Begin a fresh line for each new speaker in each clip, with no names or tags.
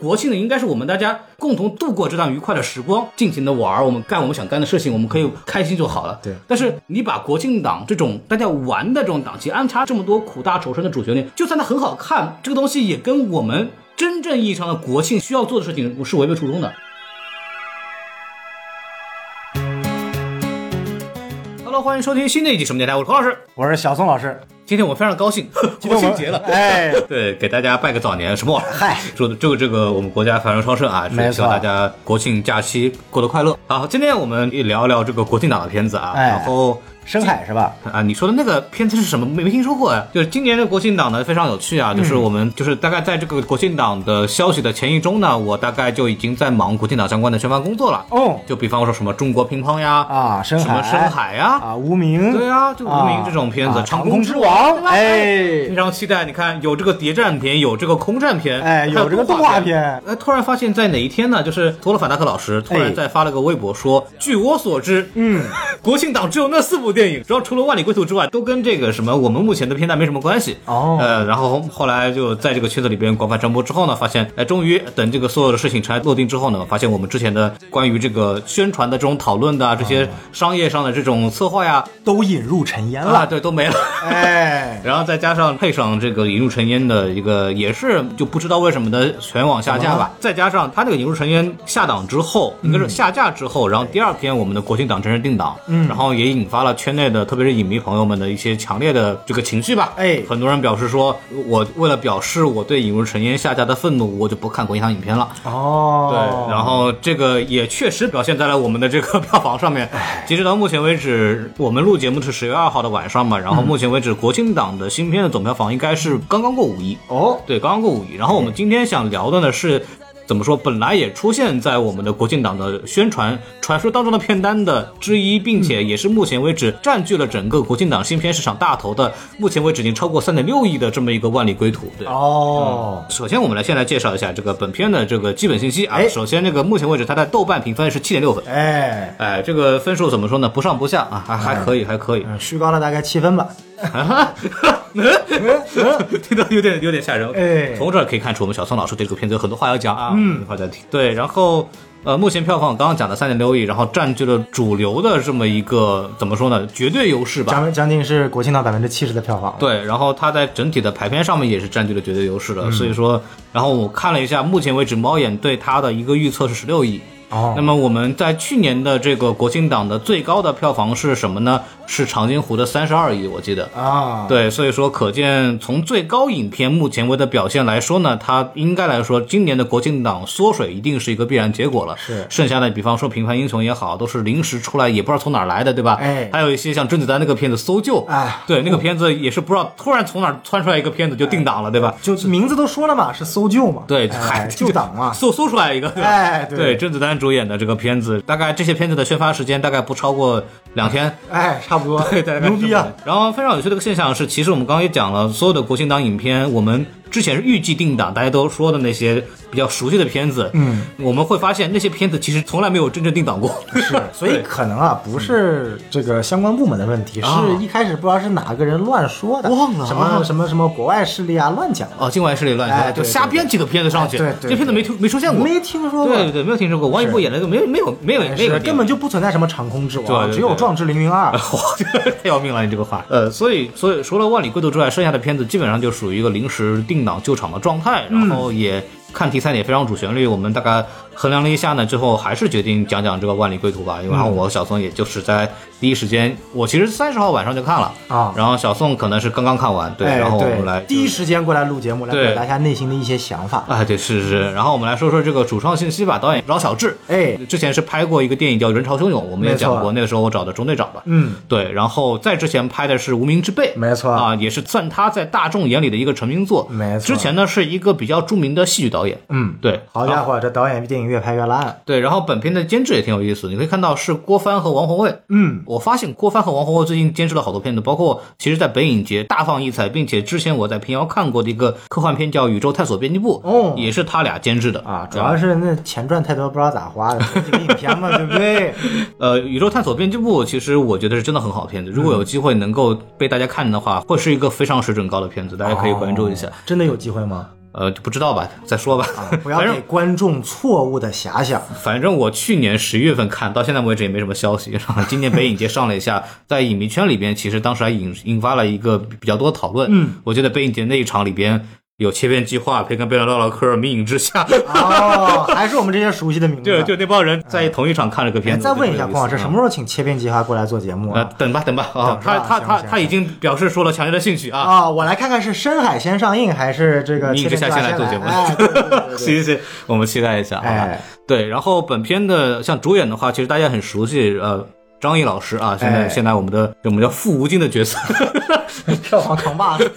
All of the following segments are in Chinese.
国庆呢，应该是我们大家共同度过这段愉快的时光，尽情的玩儿，我们干我们想干的事情，我们可以开心就好了。
对
但是你把国庆档这种大家玩的这种档期安插这么多苦大仇深的主旋律，就算它很好看，这个东西也跟我们真正意义上的国庆需要做的事情是违背初衷的。Hello，欢迎收听新的一集什么电台，我是何老师。
我是小宋老师，
今天我非常高 兴，
今
国
天我
庆
们
节了。
哎，
对，给大家拜个早年，什么玩意儿？
嗨，
说的这个这个，我们国家繁荣昌盛啊，
没
是
错
希望大家国庆假期过得快乐。好，今天我们也聊一聊这个国庆档的片子啊，
哎
然后。
深海是吧？
啊，你说的那个片子是什么？没没听说过呀、啊就是今年的国庆档呢，非常有趣
嗯
啊。就是我们就是大概在这个国庆档的消息的前一周呢，我大概就已经在忙国庆档相关的宣发工作了。
哦
就比方说什么中国乒乓呀，
啊，深
什么
海，
深海呀，
啊，无名，
对呀、就无名这种片子，
啊
长
长
空
空
之
之
王，
王
对，吧非
哎
常期待。你看，有这个谍战片，有这个空战片，
哎，
还有
有这个动
画
画。片，
哎，突然发现，在哪一天呢？就是托勒法达克老师突然
哎
在发了个微博说，据我所知，
嗯，
国庆档只有那四部电影，然后除了《万里归途》之外，都跟这个什么我们目前的片段没什么关系。
哦
呃，然后后来就在这个圈子里边广泛传播之后呢，发现，哎，终于等这个所有的事情尘埃落定之后呢，发现我们之前的关于这个宣传的这种讨论的啊，这
哦
些商业上的这种策划呀，
都引入尘烟
啊，
了，
对，都没了。
哎，
然后再加上配上这个《引入尘烟》的一个，也是就不知道为什么的全网下架
怎么嗯
吧。再加上它这个《引入尘烟》下档之后，应该是下架之后，然后第二天我们的国庆档正式定档，嗯，然后也引发了圈内的，特别是影迷朋友们的一些强烈的这个情绪吧。
哎
很多人表示说，我为了表示我对《引入尘烟》下架的愤怒，我就不看国庆档影片了。
哦，
对，然后这个也确实表现在了我们的这个票房上面。截止到目前为止，我们录节目是十月二号的晚上嘛，然
嗯
后目前为止，国庆档的新片的总票房应该是刚刚过五亿。
哦，
对，刚刚过五亿。然后我们今天想聊的呢是。怎么说？本来也出现在我们的国庆档的宣传传说当中的片单的之一，并
嗯
且也是目前为止占据了整个国庆档新片市场大头的，目前为止已经超过三点六亿的这么一个《万里归途》。对，
哦，
首先，我们来先来介绍一下这个本片的这个基本信息啊。
哎
首先，这个目前为止，它在豆瓣评分是七点六分。
哎，
哎，这个分数怎么说呢？不上不下啊，还还可以，还可以。
嗯虚高了大概七分吧，
听到有点有点吓人。
哎
从这儿可以看出，我们小宋老师对这个片子有很多话要讲啊，嗯，话再听。对，然后呃，目前票房我刚刚讲的三点六亿，然后占据了主流的这么一个怎么说呢？绝对优势吧。
将将近是国庆档百分之七十的票房，
对，然后它在整体的排片上面也是占据了绝对优势
嗯
的，所以说，然后我看了一下，目前为止猫眼对它的一个预测是十六亿。
哦
那么我们在去年的这个国庆档的最高的票房是什么呢？是长津湖的三十二亿，我记得。
啊，
对，所以说可见从最高影片目前为的表现来说呢，它应该来说今年的国庆档缩水一定是一个必然结果了。
是
剩下的比方说《平凡英雄》也好，都是临时出来，也不知道从哪儿来的，对吧？
哎
还有一些像甄子丹那个片子《搜救》，
哎
对，那个片子也是不知道突然从哪儿窜出来一个片子就定档了，对吧？
就名字都说了嘛，是搜救嘛，
对，
哎
还
救档嘛，
搜搜出来一个，对吧
哎对
对，甄子丹主演的这个片子，大概这些片子的宣发时间大概不超过两天，
哎，差不多，
对，大概
牛逼
是这
啊
么！的！然后非常有趣的一个现象是，其实我们刚刚也讲了，所有的国庆档影片，我们之前是预计定档，大家都说的那些比较熟悉的片子，嗯，我们会发现那些片子其实从来没有真正定档过， 是
所以可能啊，不是这个相关部门的问题，
嗯啊
是一开始不知道是哪个人乱说的，
忘了啊
什么什么什么国外势力啊，乱讲的，
哦，境外势力乱
哎
说，就
对
瞎编几个片子上去，
哎对对
这片子没听没出现过，
没听说过，哎
对对对，没有听说过，王一博演了一个没有没有没有没有
是根本就不存在什么长空之
对对
王，
对
只有壮志凌 云二。
哇， 太要命了，你这个话。呃，所以所以除了《万里归途》之外，剩下的片子基本上就属于一个临时定档救场的状态，然后也。看题材也非常主旋律，我们大概衡量了一下呢，最后还是决定讲讲这个《万里归途》吧。因为
嗯
然后我小宋也就是在第一时间，我其实三十号晚上就看了
啊
然后小宋可能是刚刚看完，对，
哎，
然后我们来
对，第一时间过来录节目，来
对
表达一下内心的一些想法。
啊，对，是是是。然后我们来说说这个主创信息吧，导演饶晓志，
哎
之前是拍过一个电影叫《人潮汹涌》，我们也
没错
讲过，那个时候我找的中队长吧，
嗯，
对。然后在之前拍的是《无名之辈》，
没错
啊，也是算他在大众眼里的一个成名作，
没错
之前呢是一个比较著名的戏剧导演，
嗯，
对，
好
然
家
后。
伙，这导演电影越拍越烂。啊
对，然后本片的监制也挺有意思，你可以看到是郭帆和王宏卫。
嗯，
我发现郭帆和王宏卫最近监制了好多片子，包括其实，在北影节大放异彩，并且之前我在平遥看过的一个科幻片叫《宇宙探索编辑部》，
哦
也是他俩监制的
啊，主要是那钱赚太多，不知道咋 花的，这个影片嘛，对不对？
呃，宇宙探索编辑部其实我觉得是真的很好的片子，如
嗯
果有机 会能够被大家看的话，会是一个非常水准高的片子，大家可以关注一下。
哦 真的有机会吗？
呃，就不知道吧，再说吧。
不要
反正
给观众错误的遐想。
反正我去年十月份看到现在为止也没什么消息，然后今年北影节上了一下，在影迷圈里边其实当时还引引发了一个比较多的讨论。嗯，我觉得北影节那一场里边有切片计划，培根贝伦唠唠嗑，迷影之下，
哦，还是我们这些熟悉的名字。
就就那帮人在同一场看了个
嗯哎，
片子。
再问一下
我
孔
觉得有意思嗯啊
老师，什么时候请切片计划过来做节目
呃
啊？，
等吧，等吧啊！
等是吧
他他
行
他
行
他已经表示说了强烈的兴趣啊！
啊，我来看看是深海先上映还是这个
你
切
这
片计
下
划
先来
先
做节目
哎，对对对对 对
行行，我们期待一下好吧
哎，
对，然后本片的像主演的话，其实大家很熟悉，呃，张译老师啊，现在
哎
现在我们的我们叫傅无尽的角色，
票房扛把子。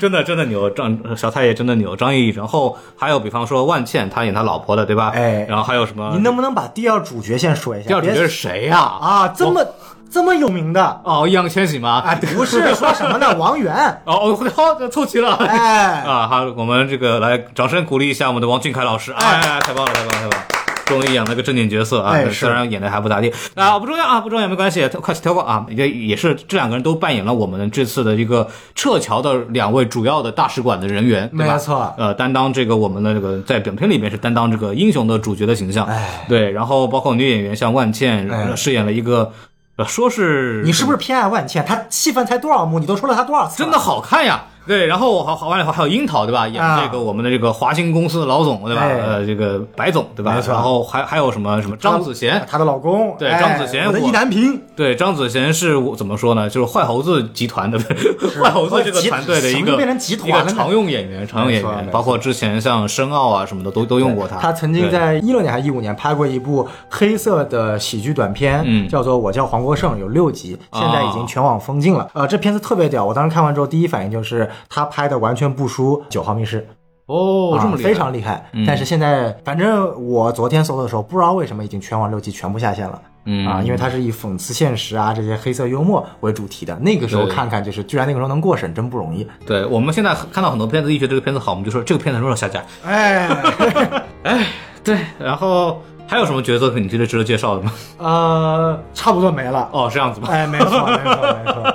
真的真的牛，张小太爷真的牛，张译。然后还有比方说万茜，她演她老婆的，对吧？
哎
然后还有什么？
您能不能把第二主角先说一下？
第二主角
别
是谁呀、
啊，这么这么有名的
哦，易烊千玺吗？
啊，不是说什么呢？王源，
哦哦， 好，凑齐了。
哎，
啊，好，我们这个来掌声鼓励一下我们的王俊凯老师，哎，太棒了，太棒了，太棒了。终于演了个正经角色啊，
哎是
虽然演的还不咋地啊，不重要啊，不重要，没关系，快跳过啊。也也是这两个人都扮演了我们这次的一个撤侨的两位主要的大使馆的人员，对吧？
没错
呃，担当这个我们的这个在本片里面是担当这个英雄的主角的形象，
哎，
对。然后包括女演员像万茜、
哎
饰演了一个，呃说是
你是不是偏爱万茜？她戏份才多少幕？你都说了她多少次？
真的，好看呀。对，然后好好完了以后还有樱桃对吧？演
啊
这个我们的这个华兴公司的老总对吧？
哎
呃，这个白总对吧？
没错
然后还还有什么什么张子贤，
她的老公
对
哎
张子贤
我的
我
意难平，
对，张子贤是我怎么说呢？就是坏猴子集团的坏猴子这个
集
团队的一
什么
个
变成集团
一
了
个
呢
常用演员，常用演
没错
员
没，错
包括之前像申奥啊什么的都都用过他。
她曾经在一六年还是一五年拍过一部黑色的喜剧短片，
嗯
叫做《我叫黄国胜》，有六集，
啊
现在已经全网封禁了。呃，这片子特别屌，我当时看完之后第一反应就是她拍的完全不输《九号密室》。
哦
啊，
这么厉害，嗯
非常厉害。但是现在，反正我昨天搜的时候，不知道为什么已经全网六集全部下线了。
嗯
啊，因为它是以讽刺现实啊这些黑色幽默为主题的。那个时候
对
看看，就是居然那个时候能过审，真不容易。
对我们现在看到很多片子，一觉得这个片子好，我们就说这个片子什么时候下架？
哎，
对，然后还有什么角色你觉得值得介绍的吗？
呃，差不多没了。
哦，是这样子吗？
哎，没错，没错，没错。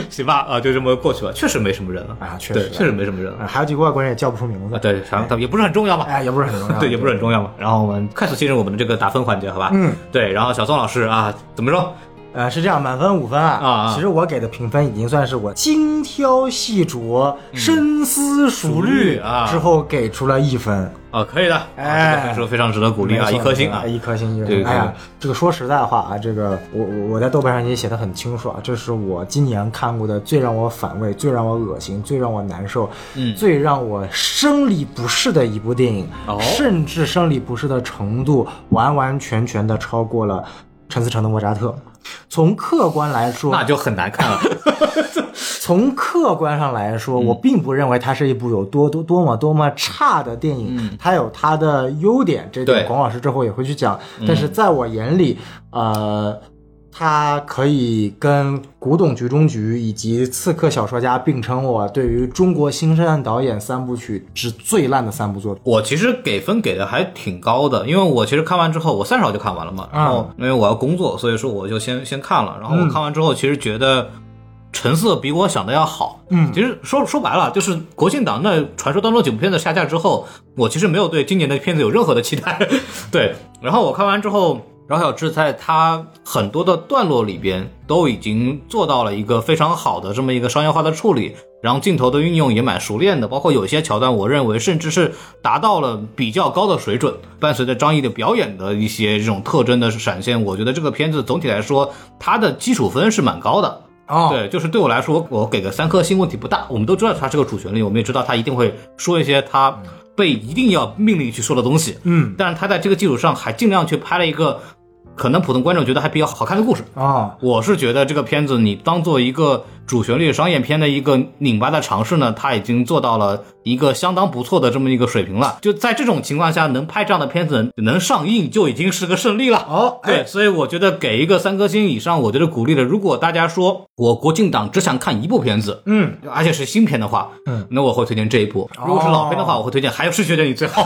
行吧，啊，就这么过去了，确实没什么人了
啊确
对
实
确实没什么人了
呃还有几个外国人也叫不出名
啊，
字，
对，反正也不是很重要嘛，
哎，也不是很重 要。
对，也不是很重要嘛。然后我们快速进入我们的这个打分环节，好吧？
嗯，
对，然后小宋老师啊，怎么说？
呃，是这样，满分五分啊。
啊啊
其实我给的评分已经算是我精挑细琢、深思熟
熟虑
虑
啊
之后给出了一分。
啊，可以的，啊
哎
这个分数非常值得鼓励啊，
没
一
错
颗星啊
哎。一颗星一颗
对
星。哎
对
呀，这个说实在话啊，这个我我我在豆瓣上也写的很清楚啊，这是我今年看过的最让我反胃、最让我恶心、最让我难受、
嗯
最让我生理不适的一部电影，
哦
甚至生理不适的程度完完全全的超过了陈思诚的《莫扎特》。从客观来说，
那就很难看了。
从客观上来说，我
嗯
并不认为它是一部有多多多么多么差的电影，它有它的优点，这
嗯对嗯
点广老师之后也会去讲。但是在我眼里，呃，它可以跟《古董局中局》以及《刺客小说家》并称我对于中国新生代导演三部曲之最烂的三部作品。
我其实给分给的还挺高的，因为我其实看完之后，我三十号就看完了嘛，
嗯
然后因为我要工作，所以说我就先先看了，然后我看完之后，其实觉得成色比我想的要好。
嗯
其实说说白了，就是国庆档那传说当中几部片子下架之后，我其实没有对今年的片子有任何的期待。 对，然后我看完之后。然后小志在他很多的段落里边都已经做到了一个非常好的这么一个商业化的处理，然后镜头的运用也蛮熟练的，包括有一些桥段，我认为甚至是达到了比较高的水准。伴随着张译的表演的一些这种特征的闪现，我觉得这个片子总体来说它的基础分是蛮高的。
哦，
对，就是对我来说，我给个三颗星问题不大。我们都知道他是个主旋律，我们也知道他一定会说一些他被一定要命令去说的东西。
嗯，
但是他在这个基础上还尽量去拍了一个可能普通观众觉得还比较好看的故事。
哦，
我是觉得这个片子你当做一个主旋律商业片的一个拧巴的尝试呢，它已经做到了一个相当不错的这么一个水平了。就在这种情况下，能拍这样的片子能上映就已经是个胜利了。
哦，哎
对，所以我觉得给一个三颗星以上，我觉得鼓励的。如果大家说我国庆档只想看一部片子，
嗯，哦
而且是新片的话，嗯，那我会推荐这一部；如果是老片的话，我会推荐《还有是觉得你最 好》。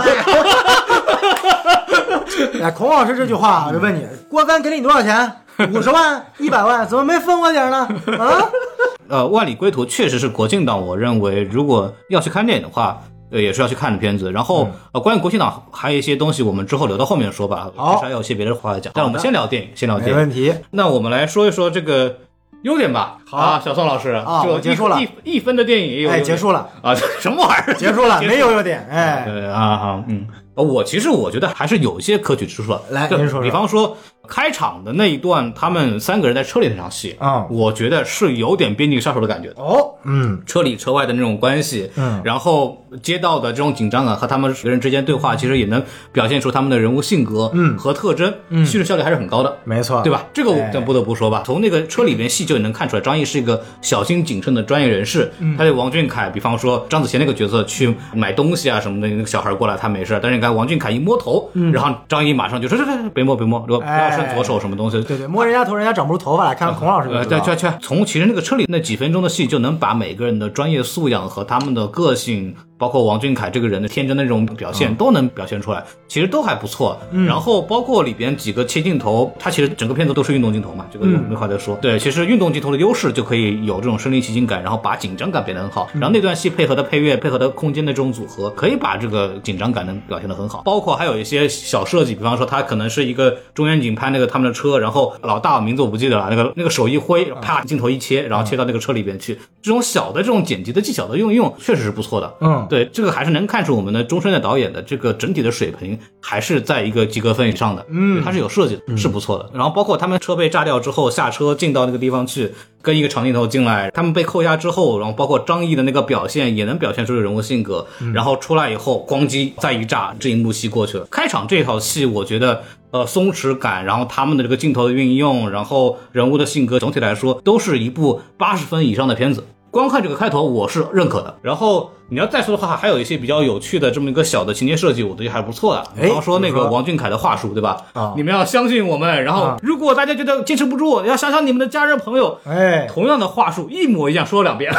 哎，孔老师这句话，我就
嗯
问你，郭帆给了你多少钱？五十万、一百万，怎么没分我点儿呢？啊？
呃，《万里归途》确实是国庆档，我认为如果要去看电影的话，呃，也是要去看的片子。然
嗯
后、呃，关于国庆档还有一些东西，我们之后留到后面说吧，
好
至少要有些别的话来讲。但我们先聊电影，先聊电
没
影。
问题。
那我们来说一说这个优点吧。
好
啊，小宋老师，
啊
就
我结束了
一一一分的电影也有优
哎，
点
结束了，
啊，什么玩意儿？
结束了，没
有。
有优点。哎，
对啊哈，嗯，呃我其实我觉得还是有一些可取之处的。
来
就
您说说
比方说开场的那一段，他们三个人在车里那场戏，
嗯
我觉得是有点边境杀手的感觉的。
哦，嗯，
车里车外的那种关系，
嗯
然后街道的这种紧张感啊和他们几个人之间对话，其实也能表现出他们的人物性格，嗯，和特征，嗯，叙事效率还是很高的。
没错，
对吧？这个我
哎
但不得不说吧，从那个车里面戏就能看出来，张译是一个小心谨慎的专业人士。
嗯
他对王俊凯，比方说张子贤那个角色去买东西啊什么的，那个小孩过来他没事，但是你看王俊凯一摸头，然后张译马上就说：“这这别摸别摸，不要
嗯哎
伸左手什么东西。”
对对，摸人家头，人家长不出头发来，看看孔老师就
呃，
知
对，
道。
去去，从其实那个车里那几分钟的戏，就能把每个人的专业素养和他们的个性，包括王俊凯这个人的天真的那种表现，都能表现出来，其实都还不错。然后包括里边几个切镜头，它其实整个片子都是运动镜头嘛，这个有没话再说。对，其实运动镜头的优势就可以有这种身临其境感，然后把紧张感变得很好。然后那段戏配合的配乐，配合的空间的这种组合，可以把这个紧张感能表现得很好。包括还有一些小设计，比方说他可能是一个中远景拍那个他们的车，然后老大名字我不记得了，那个那个手一挥，啪镜头一切，然后切到那个车里边去。这种小的这种剪辑的技巧的运用，确实是不错的。
嗯，
对，这个还是能看出我们的中山的导演的这个整体的水平还是在一个及格分以上的，嗯，他是有设计的，是不错的。然后包括他们车被炸掉之后下车进到那个地方去，跟一个长镜头进来，他们被扣押之后，然后包括张译的那个表现也能表现出人物性格，然后出来以后咣叽再一炸，这一幕戏过去了。开场这套戏，我觉得。呃，松弛感，然后他们的这个镜头的运用，然后人物的性格，总体来说都是一部八十分以上的片子。光看这个开头，我是认可的。然后你要再说的话，还有一些比较有趣的这么一个小的情节设计，我觉得还不错的。
哎
比方说那
比如
个
说
王俊凯的话术，对吧？
啊
你们要相信我们。然后
啊
如果大家觉得坚持不住，要想想你们的家人朋友。
哎，
同样的话术，一模一样说了 两遍。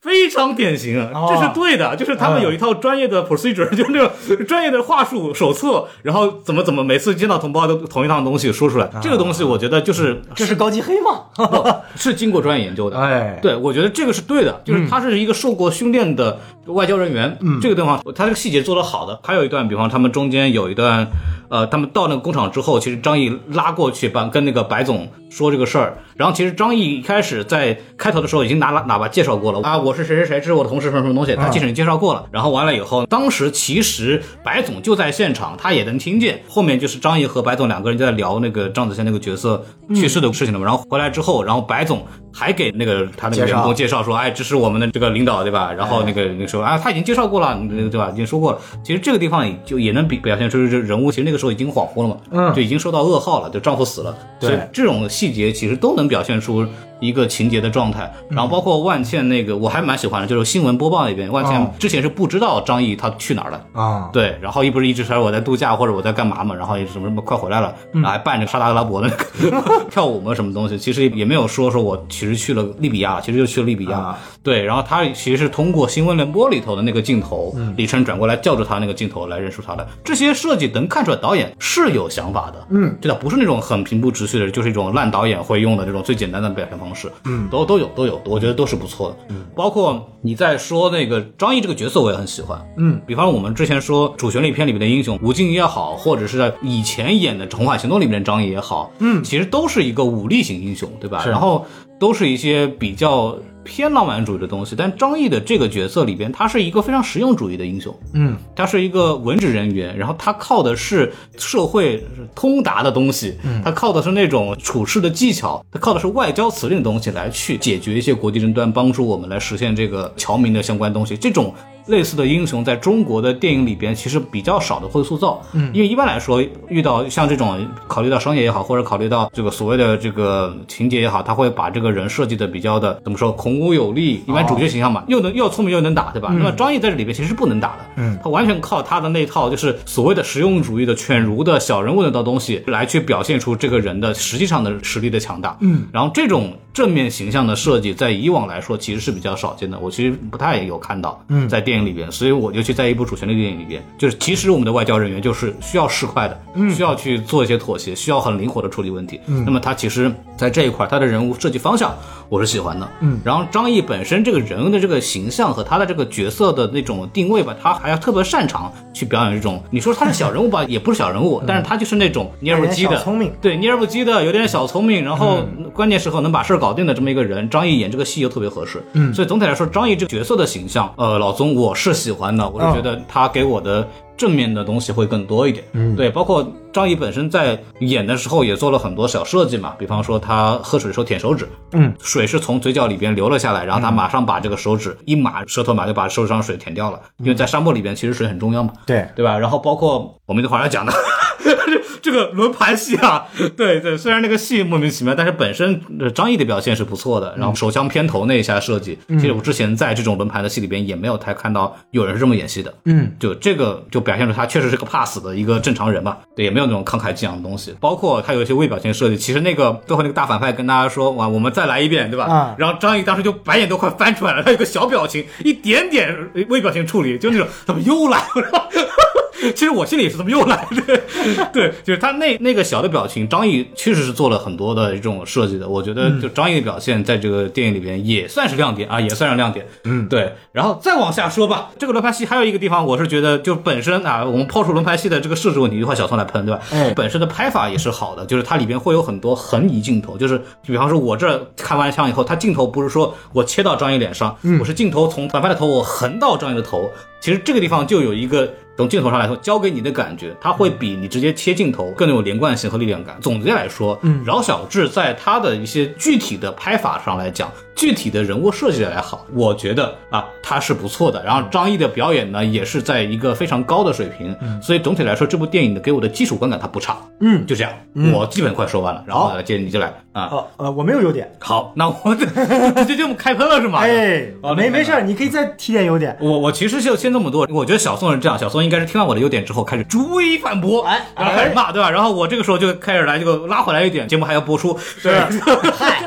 非常典型啊，
哦
这是对的，就是他们
嗯
有一套专业的 procedure，、就是那种专业的话术手册，然后怎么怎么，每次见到同胞都同一套东西说出来。
啊
这个东西我觉得 就是
这是高级黑吗？
是经过专业研究的，
哎
对，我觉得这个是对的，就是他是一个受过训练的外交人员，嗯，这个地方他这个细节做得好的。还有一段，比方他们中间有一段，呃，他们到那个工厂之后，其实张译拉过去帮跟那个白总说这个事儿，然后其实张译一开始在开头的时候已经拿了喇叭介绍过了啊，我是谁谁谁，这是我的同事什么什么东西，他其实已经介绍过了。然后完了以后，当时其实白总就在现场，他也能听见。后面就是张译和白总两个人就在聊那个张子贤那个角色去世的事情了嘛。然后回来之后，然后白总还给那个他那个
介绍哎
员工介绍说，哎，这是我们的这个领导对吧？然后那个那个时候啊，他已经介绍过了，那个对吧？已经说过了。其实这个地方也就也能比表现出这人物，其实那个时候已经恍惚了嘛，
嗯
就已经收到噩耗了，就丈夫死了。
对
所以这种细节其实都能表现出一个情节的状态。
嗯
然后包括万茜那个，我还蛮喜欢的，就是新闻播报那边，万茜
哦
之前是不知道张译他去哪儿了。
啊，
对，然后一不是一直说我在度假或者我在干嘛嘛，然后也什么什么快回来了，然后还伴着沙特阿拉伯的那个 跳舞嘛什么东西，其实也没有说说我其实去了利比亚，其实就去了利比亚。
啊
对，然后他其实是通过新闻联播里头的那个镜头，李晨转过来叫住他那个镜头来认识他的，这些设计能看出来导演是有想法的。
嗯，
对的，不是那种很平铺直叙的，就是一种烂导演会用的这种最简单的表现方式。嗯，都都有都有，我觉得都是不错的。嗯，包括你在说那个张译这个角色，我也很喜欢。
嗯，
比方我们之前说主旋律片里面的英雄吴京也好，或者是在以前演的《红海行动》里面的张译也好，嗯，其实都是一个武力型英雄，对吧？
是
然后都是一些比较偏浪漫主义的东西，但张译的这个角色里边，他是一个非常实用主义的英雄。
嗯，
他是一个文职人员，然后他靠的是社会通达的东西，他靠的是那种处事的技巧，他靠的是外交辞令的东西来去解决一些国际争端，帮助我们来实现这个侨民的相关东西。这种类似的英雄在中国的电影里边其实比较少的会塑造，嗯，因为一般来说遇到像这种考虑到商业也好，或者考虑到这个所谓的这个情节也好，他会把这个人设计的比较的怎么说孔武有力，一般主角形象嘛，又能又聪明又能打，对吧？那么张译在这里边其实是不能打的，
嗯，
他完全靠他的那套就是所谓的实用主义的犬儒的小人物的那套东西来去表现出这个人的实际上的实力的强大，嗯，然后这种正面形象的设计在以往来说其实是比较少见的，我其实不太有看到，嗯，在电影里边，所以我尤其在一部主旋律电影里边，就是其实我们的外交人员就是需要市侩的，
嗯
需要去做一些妥协，需要很灵活的处理问题，那么他其实在这一块儿他的人物设计方向，我是喜欢的。
嗯
然后张译本身这个人物的这个形象和他的这个角色的那种定位吧，他还要特别擅长去表演这种，你说他是小人物吧，也不是小人物，但是他就是那种蔫不唧
点嗯哎小
的，
聪明
对蔫不唧的，有点小聪明，然后关键时候能把事儿搞定的这么一个人，张译演这个戏又特别合适，嗯，所以总体来说，张译这个角色的形象，呃，老宗我是喜欢的，我是觉得他给我的正面的东西会更多一点，嗯，对，包括张译本身在演的时候也做了很多小设计嘛，比方说他喝水的时候舔手指，
嗯，
水是从嘴角里边流了下来，然后他马上把这个手指一抹，舌头马就把手指上的水舔掉了，因为在沙漠里边其实水很重要嘛，
对，
对吧？然后包括我们一会儿要讲的 这这个轮盘戏啊，对对，虽然那个戏莫名其妙，但是本身呃张译的表现是不错的。然
嗯
后手枪片头那一下设计，其实我之前在这种轮盘的戏里边也没有太看到有人是这么演戏的。
嗯，
就这个就表现出他确实是个怕死的一个正常人吧，对，也没有那种慷慨激昂的东西。包括他有一些微表现设计，其实那个最后那个大反派跟大家说哇，我们再来一遍，对吧？
啊
然后张译当时就白眼都快翻出来了，他有个小表情，一点点微表情处理，就那种怎么又来了。 其实我心里也是怎么又来的， 对，就是他那那个小的表情，张译确实是做了很多的这种设计的。我觉得就张译的表现在这个电影里边也算是亮点啊，也算是亮点。嗯，对。然后再往下说吧，这个轮盘戏还有一个地方，我是觉得就本身啊，我们抛除轮盘戏的这个设置问题，就换小宋来喷，对吧？
哎
本身的拍法也是好的，就是它里边会有很多横移镜头，就是比方说我这儿开完枪以后，它镜头不是说我切到张译脸上，我是镜头从反派的头我横到张译的头，其实这个地方就有一个从镜头上来说交给你的感觉，它会比你直接切镜头更有连贯性和力量感。总结来说，嗯，饶小志在他的一些具体的拍法上来讲，具体的人物设计来好，我觉得啊，他是不错的。然后张译的表演呢，也是在一个非常高的水平，所以总体来说，这部电影的给我的基础观感它不差。
嗯
就这样，我基本快说完了，然后接着你就来啊。
哦，呃，我没有优点，
好，那我直接就开喷了是吗？
哎，
哦那
没没事儿，你可以再提点优点。
我我其实就先这么多，我觉得小宋是这样，小宋应该是听完我的优点之后开始逐一反驳，
哎
然后开始骂，对吧？然后我这个时候就开始来这个拉回来一点，节目还要播出，对，
嗨，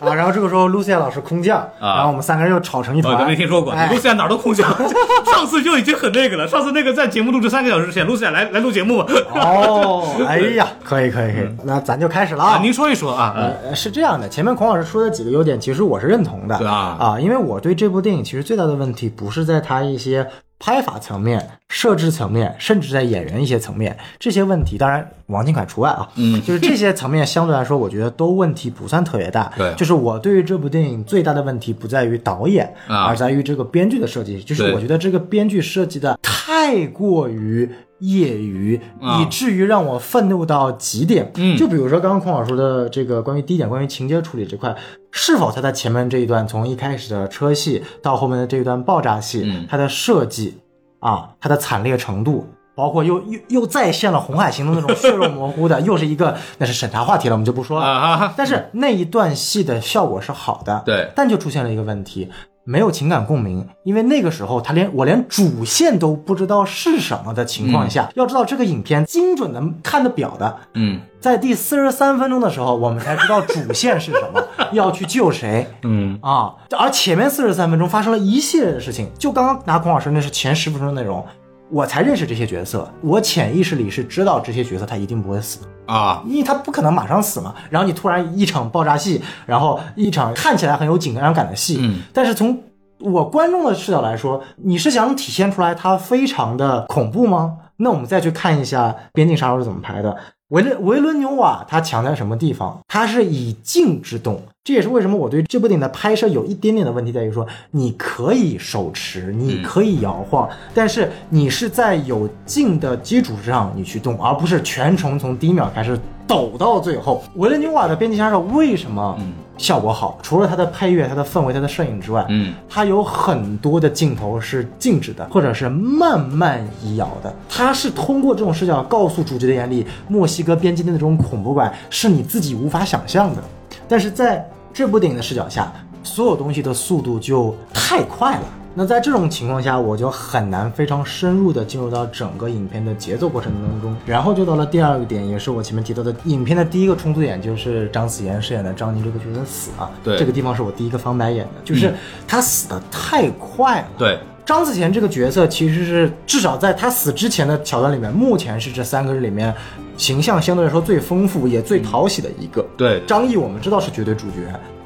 啊，然后这个时候 Lucia 老师空降，然后我们三个人又吵成 一
我
团。
啊哦都没听说过，
哎
露西亚哪儿都空降， 上次就已经很那个了，上次那个在节目录制三个小时之前，露西亚来来录节目嘛，
哦，哎呀，可以可以可以，那咱就开始了
嗯啊，
啊。
您说一说啊，嗯
呃，是这样的，前面孔老师说的几个优点，其实我是认同的
对啊
因为我对这部电影其实最大的问题不是在它一些拍法层面、设置层面，甚至在演员一些层面这些问题，当然王金凯除外啊，嗯，就是这些层面相对来说，我觉得都问题不算特别大，
对
就是我对于这部电影最大的问题不在于导演，
啊
而在于这个编剧的设计，就是
对
我觉得这个编剧设计的太过于。业余，
啊
以至于让我愤怒到极点。嗯就比如说刚刚孔老师说的这个关于第一点，关于情节处理这块，是否他在前面这一段，从一开始的车戏到后面的这一段爆炸戏，
嗯
它的设计啊，它的惨烈程度。包括又又又再现了《红海行动》那种血肉模糊的， 又是一个那是审查话题了，我们就不说了。
啊哈，
但是那一段戏的效果是好的，
对
但就出现了一个问题，没有情感共鸣，因为那个时候他连我连主线都不知道是什么的情况下，要知道这个影片精准能看得表的，
嗯
在第四十三分钟的时候，我们才知道主线是什么，要去救谁。
嗯
啊，而前面四十三分钟发生了一系列的事情，就刚刚拿孔老师那是前十分钟的内容，我才认识这些角色，我潜意识里是知道这些角色他一定不会死，
啊，
因为他不可能马上死嘛。然后你突然一场爆炸戏，然后一场看起来很有紧张感的戏，
嗯
但是从我观众的视角来说，你是想体现出来它非常的恐怖吗？那我们再去看一下《边境杀手》是怎么排的。维伦维伦纽瓦它强在什么地方？它是以静制动，这也是为什么我对这部电影的拍摄有一点点的问题，在于说你可以手持，你可以摇晃，但是你是在有静的基础之上你去动，而不是全程从第一秒开始抖到最后。维伦纽瓦的《边境杀手》为什么效果好？除了它的配乐、它的氛围、它的摄影之外，
嗯，
它有很多的镜头是静止的，或者是慢慢移摇的。它是通过这种视角告诉主角的眼里，墨西哥边境的那种恐怖感是你自己无法想象的。但是在这部电影的视角下，所有东西的速度就太快了。那在这种情况下，我就很难非常深入的进入到整个影片的节奏过程当中。然后就到了第二个点，也是我前面提到的，影片的第一个冲突点就是张子妍饰演的张宁这个角色死啊，
对
这个地方是我第一个翻白眼的，就是他死的太快了。
对，
张子贤这个角色其实是至少在他死之前的桥段里面，目前是这三个人里面形象相对来说最丰富也最讨喜的一个。
对
张译我们知道是绝对主角。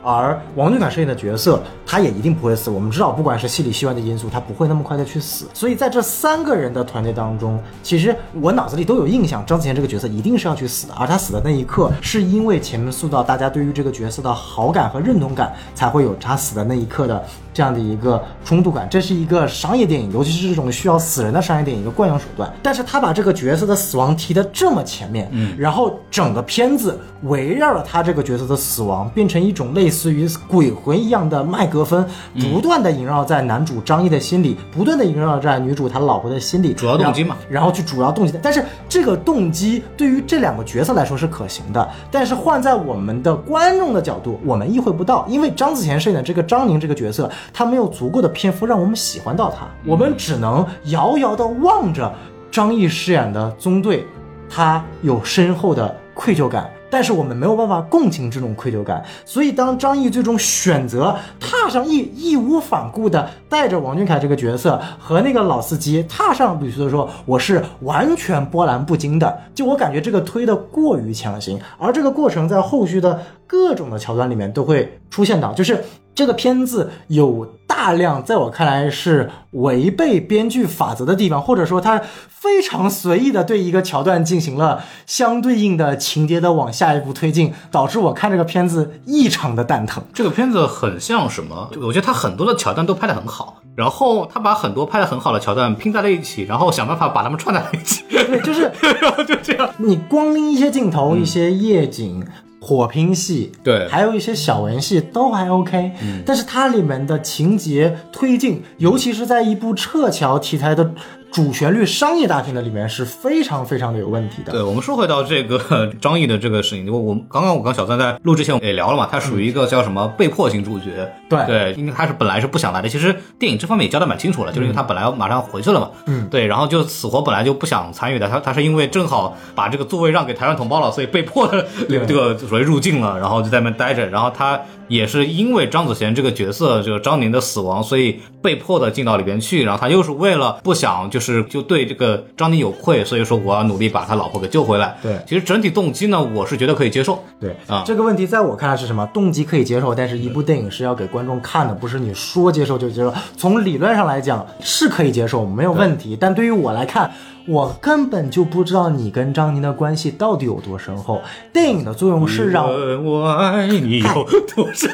而王俊凯饰演的角色，他也一定不会死。我们知道，不管是戏里戏外的因素，他不会那么快的去死。所以在这三个人的团队当中，其实我脑子里都有印象，张子贤这个角色一定是要去死的。而他死的那一刻，是因为前面塑造大家对于这个角色的好感和认同感，才会有他死的那一刻的这样的一个冲突感。这是一个商业电影，尤其是这种需要死人的商业电影一个惯用手段。但是他把这个角色的死亡提得这么前面，嗯，然后整个片子围绕着他这个角色的死亡，变成一种类似于鬼魂一样的麦格芬，
嗯
不断的萦绕在男主张译的心里，不断的萦绕在女主她老婆的心里，
主要动机嘛
然后去主要动机的。但是这个动机对于这两个角色来说是可行的，但是换在我们的观众的角度，我们意会不到，因为张子贤饰演的这个张宁这个角色，他没有足够的篇幅让我们喜欢到他，我们只能遥遥的望着张译饰演的宗队，他有深厚的愧疚感。但是我们没有办法共情这种愧疚感，所以当张译最终选择踏上义义无反顾的带着王俊凯这个角色和那个老司机踏上旅途的时候，我是完全波澜不惊的。就我感觉这个推的过于强行，而这个过程在后续的各种的桥段里面都会出现到，就是这个片子有大量在我看来是违背编剧法则的地方，或者说它非常随意的对一个桥段进行了相对应的情节的往下一步推进，导致我看这个片子异常的蛋疼。
这个片子很像什么？就我觉得它很多的桥段都拍得很好，然后他把很多拍得很好的桥段拼在了一起，然后想办法把它们串在了一起，
对，就是
然后就这样。嗯
你光拎一些镜头、一些夜景、火拼戏，
对嗯
还有一些小文戏都还 OK，、但是它里面的情节推进，尤其是在一部撤侨题材的主旋律商业大片的里面，是非常非常的有问题的。
对，我们说回到这个 呃张译的这个事情，我我刚刚我跟小三在录之前也聊了嘛，他属于一个叫什么被迫型主角，
对
对，因为他是本来是不想来的，其实电影这方面也交代蛮清楚了，就是因为他本来马上要回去了嘛，嗯，对，然后就死活本来就不想参与的，他他是因为正好把这个座位让给台湾同胞了，所以被迫的这个所谓入境了，然后就在那边待着，然后他也是因为张子贤这个角色，这个张宁的死亡，所以被迫的进到里边去，然后他又是为了不想就是就对这个张宁有愧，所以说我要努力把他老婆给救回来。
对
其实整体动机呢，我是觉得可以接受。
对
啊
这个问题在我看来是什么？动机可以接受，但是一部电影是要给观众看的，不是你说接受就接受。从理论上来讲是可以接受，没有问题。但对于我来看，我根本就不知道你跟张宁的关系到底有多深厚。电影的作用是让
呃我爱你有多深？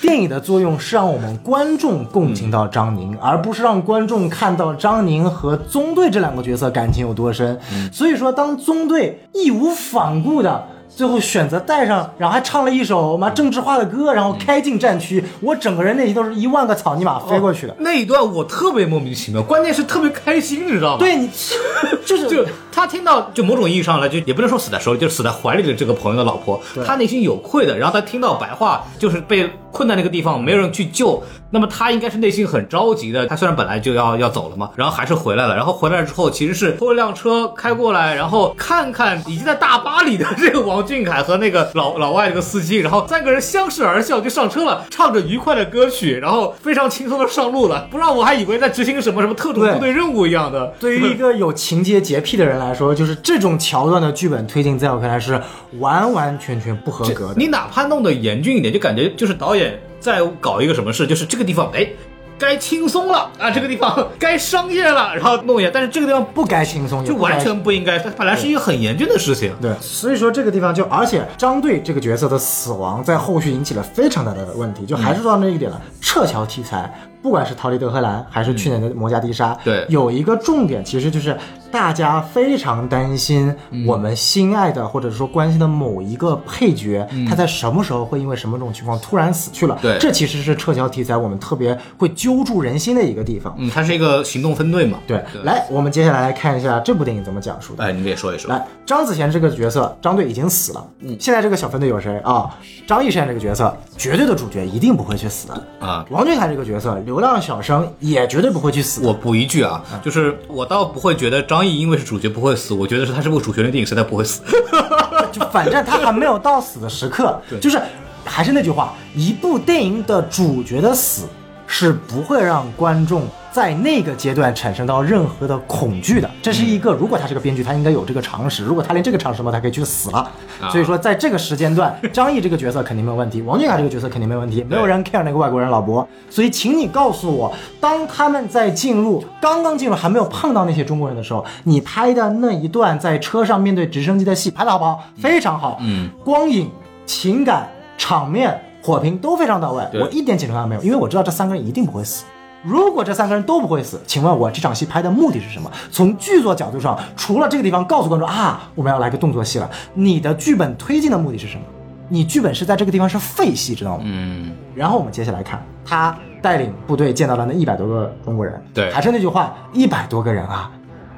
电影的作用是让我们观众共情到张
嗯
宁，而不是让观众看到张宁和宗队这两个角色感情有多深。
嗯
所以说，当宗队义无反顾的。最后选择带上，然后还唱了一首妈政治化的歌，然后开进战
嗯
区，我整个人内心都是一万个草泥马飞过去的。
那一段我特别莫名其妙，关键是特别开心，你知道吗？
对你，就是
就他听到，就某种意义上来，就也不能说死在手里，就死在怀里的这个朋友的老婆，他内心有愧的。然后他听到白话，就是被困在那个地方，没有人去救，那么他应该是内心很着急的。他虽然本来就要要走了嘛，然后还是回来了。然后回来之后，其实是拖一辆车开过来，然后看看已经在大巴里的这个王俊凯和那个老 老外这个司机，然后三个人相视而笑，就上车了，唱着愉快的歌曲，然后非常轻松的上路了，不让我还以为在执行什么什么特种部队任务一样的。
对于一个有情节洁癖的人来说，就是这种桥段的剧本推进，在我看来是完完全全不合格的。
你哪怕弄得严峻一点，就感觉就是导演在搞一个什么事，就是这个地方哎，该轻松了
哎
啊，这个地方 该商业了，然后弄一下，但是这个地方
不该轻松，也
就
不该
完全不应该，它本来是一个很严峻的事情。
对，所以说这个地方就，而且张队这个角色的死亡在后续引起了非常大的问题，就还是到那一点了，撤侨题材，不管是《逃离德黑兰》还是去年的《摩加迪沙》
嗯对
有一个重点其实就是大家非常担心我们心爱的、或者说关心的某一个配角，他在什么时候会因为什么种情况突然死去了，
嗯对
这其实是撤侨题材我们特别会揪住人心的一个地方。
嗯，它是一个行动分队嘛。
对，来，我们接下来来看一下这部电影怎么讲述的。
哎，你们也说一说。
来，张子贤这个角色，张队已经死了。嗯，现在这个小分队有谁啊？张译饰演这个角色，绝对的主角一定不会去死的
啊。
王俊凯这个角色，流浪小生也绝对不会去死的。
我补一句啊，就是我倒不会觉得张译因为是主角不会死，我觉得是他是部主角的电影，实在不会死。
就反正他还没有到死的时刻，就是还是那句话，一部电影的主角的死。是不会让观众在那个阶段产生到任何的恐惧的。这是一个，如果他是个编剧，他应该有这个常识。如果他连这个常识都没有，他可以去死了。所以说，在这个时间段，张译这个角色肯定没有问题，王俊凯这个角色肯定没有问题，没有人 care 那个外国人老伯。所以，请你告诉我，当他们在进入刚刚进入还没有碰到那些中国人的时候，你拍的那一段在车上面对直升机的戏拍的好不好？非常好，
嗯，
光影、情感、场面、火评都非常到位，
对
我一点紧张感没有，因为我知道这三个人一定不会死。如果这三个人都不会死，请问我这场戏拍的目的是什么？从剧作角度上，除了这个地方告诉观众啊，我们要来个动作戏了，你的剧本推进的目的是什么？你剧本是在这个地方是废戏，知道吗？
嗯，
然后我们接下来看他带领部队见到了那一百多个中国人。
对
还是那句话，一百多个人啊，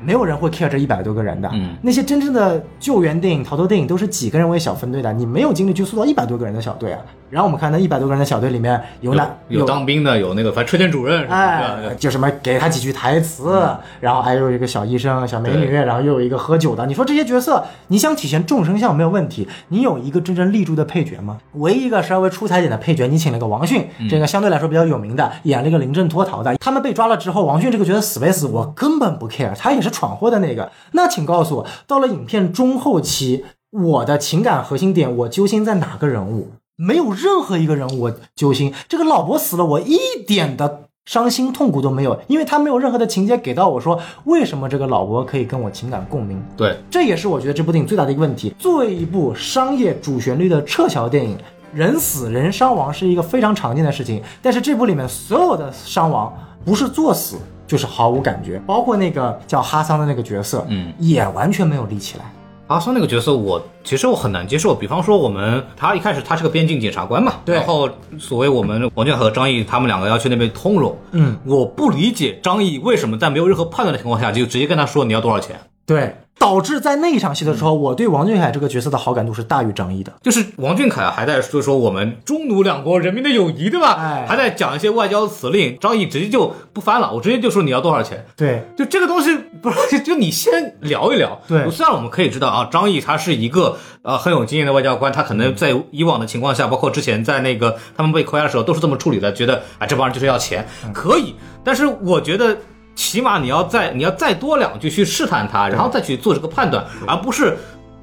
没有人会 care 这一百多个人的。
嗯
那些真正的救援电影、逃脱电影都是几个人为小分队的，你没有精力去塑造一百多个人的小队啊。然后我们看那一百多个人的小队里面有哪
有当兵的，有那个反正车间主任什么
哎
的，，
就什么给他几句台词，然后还有一个小医生、小美女，
对
然后又有一个喝酒的。你说这些角色，你想体现众生相没有问题，你有一个真正立住的配角吗？唯一一个稍微出彩点的配角，你请了个王迅，这个相对来说比较有名的，演了一个临阵脱逃的。他们被抓了之后，王迅这个角色死没死，我根本不 care，他也是闯祸的那个。那请告诉我，到了影片中后期，我的情感核心点，我揪心在哪个人物？没有任何一个人物我揪心。这个老伯死了，我一点的伤心痛苦都没有，因为他没有任何的情节给到我说为什么这个老伯可以跟我情感共鸣。
对，
这也是我觉得这部电影最大的一个问题。作为一部商业主旋律的撤侨电影，人死人伤亡是一个非常常见的事情，但是这部里面所有的伤亡不是作死就是毫无感觉，包括那个叫哈桑的那个角色，
嗯，
也完全没有立起来。
阿桑那个角色我，其实我很难接受。比方说，我们他一开始他是个边境检察官嘛，
对
然后所谓我们王俊凯和张译他们两个要去那边通融，
嗯，
我不理解张译为什么在没有任何判断的情况下就直接跟他说你要多少钱，
对，导致在那一场戏的时候，我对王俊凯这个角色的好感度是大于张译的。
就是王俊凯还在说说我们中奴两国人民的友谊，对吧？
哎
还在讲一些外交辞令，张译直接就不翻了，我直接就说你要多少钱。
对，
就这个东西，不是 就你先聊一聊。
对
虽然我们可以知道啊，张译他是一个呃很有经验的外交官，他可能在以往的情况下，包括之前在那个他们被扣押的时候，都是这么处理的，觉得啊这帮人就是要钱，
嗯
可以。但是我觉得。起码你要再你要再多两句去试探他，然后再去做这个判断，而不是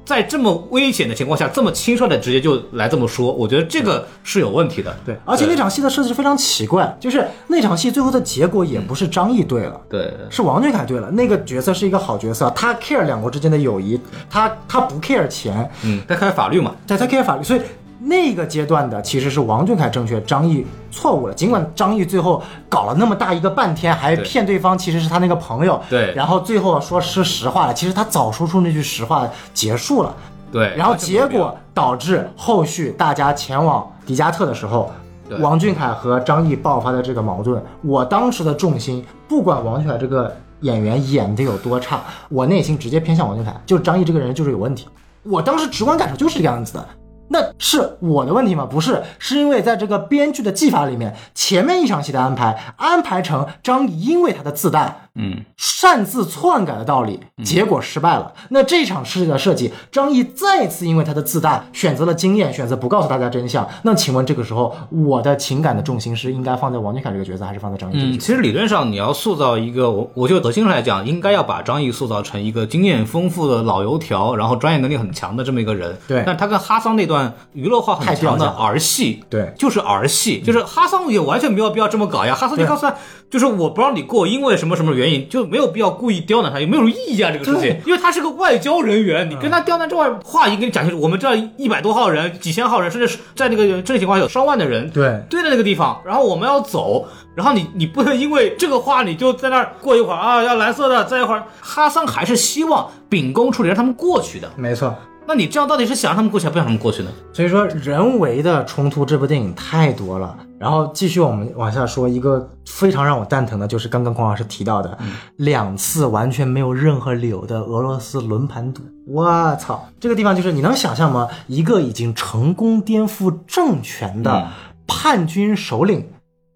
在这么危险的情况下这么轻率的直接就来这么说。我觉得这个是有问题的。
对，而且那场戏的设置非常奇怪，就是那场戏最后的结果也不是张译对了。
对
是王俊凯对了，那个角色是一个好角色，他 care 两国之间的友谊，他他不 care 钱，
嗯，再看法律嘛，
对，他 care 法律，所以那个阶段的其实是王俊凯正确，张译错误了。尽管张译最后搞了那么大一个半天，还骗对方其实是他那个朋友，
对
然后最后说是实话了，其实他早说出那句实话结束了，
对，
然后结
这个没有必要
果导致后续大家前往迪迦特的时候
对，
王俊凯和张译爆发的这个矛盾，我当时的重心，不管王俊凯这个演员演的有多差，我内心直接偏向王俊凯，就是张译这个人就是有问题。我当时直观感受就是这个样子的。那是我的问题吗？不是，是因为在这个编剧的技法里面，前面一场戏的安排，安排成张译因为他的自带
嗯，
擅自篡改的道理，结果失败了。那这场事的设计，张译再次因为他的自大，选择了经验，选择不告诉大家真相。那请问这个时候，我的情感的重心是应该放在王俊凯这个角色，还是放在张译这个角
嗯，
色？
其实理论上你要塑造一个，我我就德性上来讲，应该要把张译塑造成一个经验丰富的老油条，然后专业能力很强的这么一个人。
对
但他跟哈桑那段娱乐化很强
太掉
的
价了
儿戏，
对
就是儿戏，就是哈桑也完全没有必要这么搞呀。哈桑就
对啊
告诉他，就是我不让你过，因为什么什么原因，就没有必要故意刁难他，也没有意义啊这个事情
对，嗯
因为他是个外交人员，你跟他刁难这外话已经跟你讲清楚，我们这一百多号人、几千号人，甚至是在那个这个情况下有上万的人，
对
对着那个地方，然后我们要走，然后你你不能因为这个话你就在那儿过一会儿啊，要蓝色的，再一会儿，哈桑还是希望秉公处理让他们过去的。
没错。
那你这样到底是想让他们过去，还是不想让他们过去呢？
所以说，人为的冲突，这部电影太多了。然后继续我们往下说，一个非常让我蛋疼的，就是刚刚孔老师提到的、两次完全没有任何理由的俄罗斯轮盘赌。我操，这个地方就是你能想象吗？一个已经成功颠覆政权的叛军首领，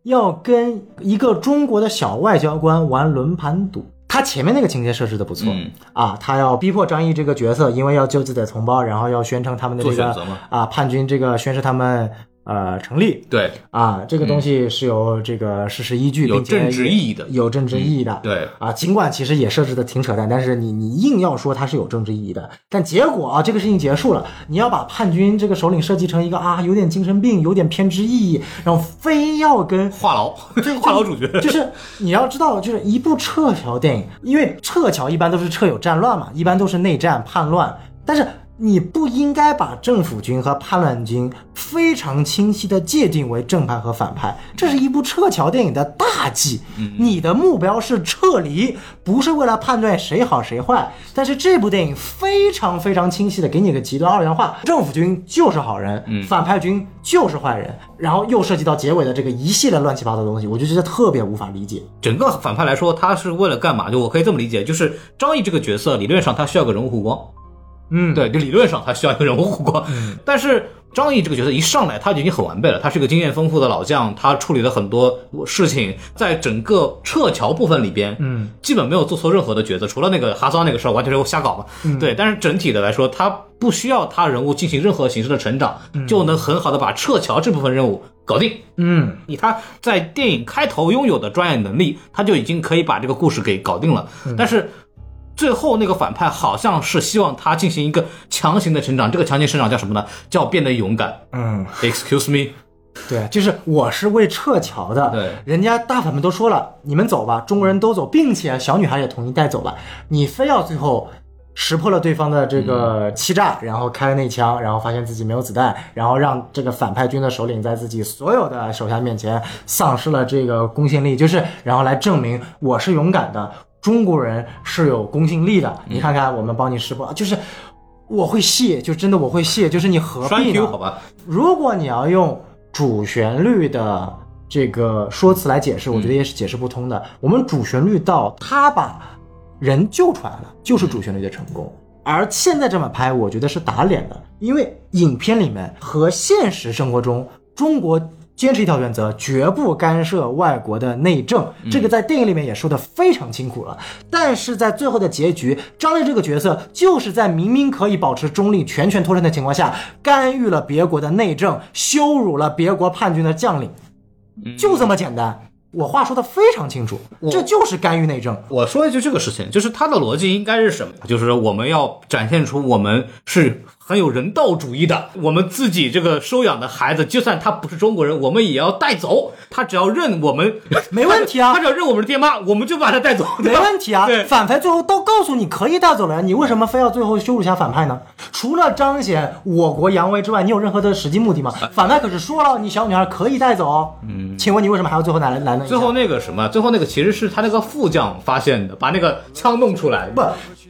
要跟一个中国的小外交官玩轮盘赌。他前面那个情节设置的不错、
嗯
啊，他要逼迫张译这个角色，因为要救自己的同胞，然后要宣称他们的这
做
个
选择嘛
啊，叛军这个宣誓他们呃成立
对
啊，这个东西是有这个事实依据，
嗯有
并且
政治意义的嗯
有政治意义的，
对，
啊，尽管其实也设置的挺扯淡，但是你你硬要说它是有政治意义的，但结果啊，这个事情结束了，你要把叛军这个首领设计成一个啊，有点精神病，有点偏执意义，然后非要跟
话痨，话痨主角，
就是你要知道，就是一部撤侨电影，因为撤侨一般都是撤有战乱嘛，一般都是内战叛乱，但是你不应该把政府军和叛乱军非常清晰的界定为正派和反派，这是一部撤侨电影的大忌。你的目标是撤离，不是为了判断谁好谁坏。但是这部电影非常非常清晰的给你个极端二元化，政府军就是好人，反派军就是坏人，然后又涉及到结尾的这个一系列乱七八糟的东西，我就觉得特别无法理解。
整个反派来说，他是为了干嘛？就我可以这么理解，就是张译这个角色，理论上他需要个人物弧光，
嗯，
对，就理论上他需要一个人物弧光， 但是张译这个角色一上来他就已经很完备了，他是一个经验丰富的老将，他处理了很多事情，在整个撤侨部分里边，
嗯，
基本没有做错任何的抉择，除了那个哈桑那个事儿完全是瞎搞嘛，
嗯
对，但是整体的来说，他不需要他人物进行任何形式的成长，就能很好的把撤侨这部分任务搞定，
嗯，
以他在电影开头拥有的专业能力，他就已经可以把这个故事给搞定了。
嗯
但是最后那个反派好像是希望他进行一个强行的成长，这个强行成长叫什么呢？叫变得勇敢。
嗯，
Excuse me，
对，就是我是为撤侨的，
对
人家大反们都说了，你们走吧，中国人都走，并且小女孩也同意带走了，你非要最后识破了对方的这
嗯
个欺诈，然后开了那枪，然后发现自己没有子弹，然后让这个反派军的首领在自己所有的手下面前丧失了这个公信力，就是然后来证明我是勇敢的，中国人是有公信力的，你看看我们帮你识破，就是。我会谢，就真的我会谢，就是你何
栓
必呢
Q？好吧，
如果你要用主旋律的这个说辞来解释，我觉得也是解释不通的。我们主旋律到他把人救出来了，就是主旋律的成功。而现在这么拍，我觉得是打脸的，因为影片里面和现实生活中，中国坚持一条原则，绝不干涉外国的内政。这个在电影里面也说的非常清楚了。但是在最后的结局，张力这个角色就是在明明可以保持中立、全权脱身的情况下，干预了别国的内政，羞辱了别国叛军的将领，就这么简单。我话说的非常清楚，这就是干预内政。
我说一句这个事情，就是他的逻辑应该是什么？就是我们要展现出我们是很有人道主义的，我们自己这个收养的孩子，就算他不是中国人，我们也要带走，他只要认我们，
没问题 啊
他只要认我们是爹妈，我们就把他带走，
没问题啊
对，
反派最后都告诉你可以带走了呀，你为什么非要最后羞辱一下反派呢？除了彰显我国扬威之外，你有任何的实际目的吗？
呃
反派可是说了，你小女孩可以带走哦。嗯，请问你为什么还要最后拿来来那一下？
最后那个什么，最后那个其实是他那个副将发现的，把那个枪弄出来。
不，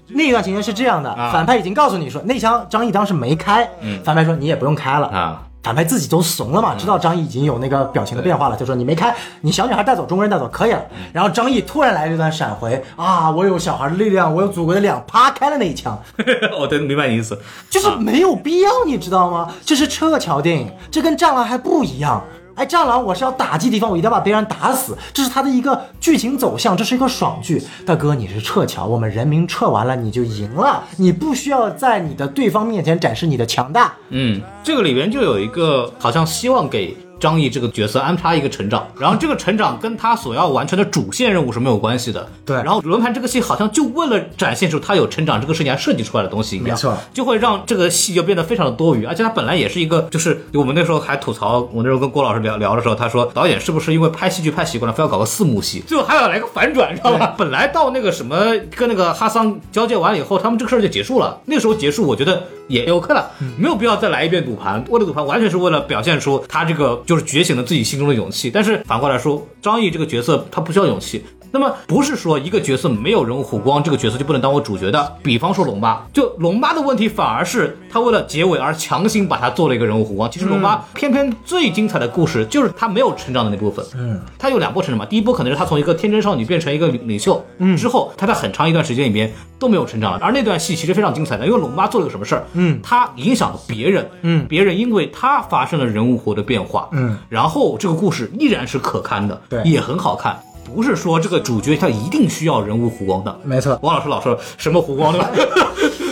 那一段情节是这样的，
啊
反派已经告诉你说，那枪张毅当时没开，反派说你也不用开了
嗯啊。嗯
反派自己都怂了嘛，知道张毅已经有那个表情的变化了，就说你没开，你小女孩带走，中国人带走可以
嗯
了。然后张毅突然来这段闪回啊，我有小孩的力量，我有祖国的力量，啪开了那一枪，
我真明白你意思。
就是没有必要，你知道吗？这是撤侨电影，这跟战狼还不一样。哎，战狼我是要打击敌方，我一定要把别人打死，这是它的一个剧情走向，这是一个爽剧。大哥，你是撤侨，我们人民撤完了你就赢了，你不需要在你的对方面前展示你的强大。
嗯，这个里边就有一个好像希望给张译这个角色安插一个成长，然后这个成长跟他所要完成的主线任务是没有关系的。
对
然后轮盘这个戏好像就为了展现出他有成长这个事情还设计出来的东西一样，
没错，
就会让这个戏就变得非常的多余。而且他本来也是一个，就是我们那时候还吐槽，我那时候跟郭老师聊聊的时候，他说导演是不是因为拍戏剧拍习惯了，非要搞个四幕戏，最后还要来个反转，知道吧？本来到那个什么跟那个哈桑交接完了以后，他们这个事儿就结束了。那时候结束，我觉得也 OK 了，
嗯
没有必要再来一遍赌盘。为了赌盘，完全是为了表现出他这个就是觉醒了自己心中的勇气。但是反过来说，张译这个角色他不需要勇气，那么不是说一个角色没有人物弧光，这个角色就不能当我主角的。比方说龙妈，就龙妈的问题反而是他为了结尾而强行把他做了一个人物弧光。其实龙妈偏偏最精彩的故事就是他没有成长的那部分。嗯，他有两波成长嘛，第一波可能是他从一个天真少女变成一个领领袖，嗯，之后他在很长一段时间里面都没有成长了。而那段戏其实非常精彩的，因为龙妈做了个什么事儿，嗯，她影响了别人，嗯，别人因为她发生了人物弧的变化，
嗯，
然后这个故事依然是可堪的，
对
也很好看。不是说这个主角他一定需要人物弧光的。
没错，
王老师老说 什么弧光对吧？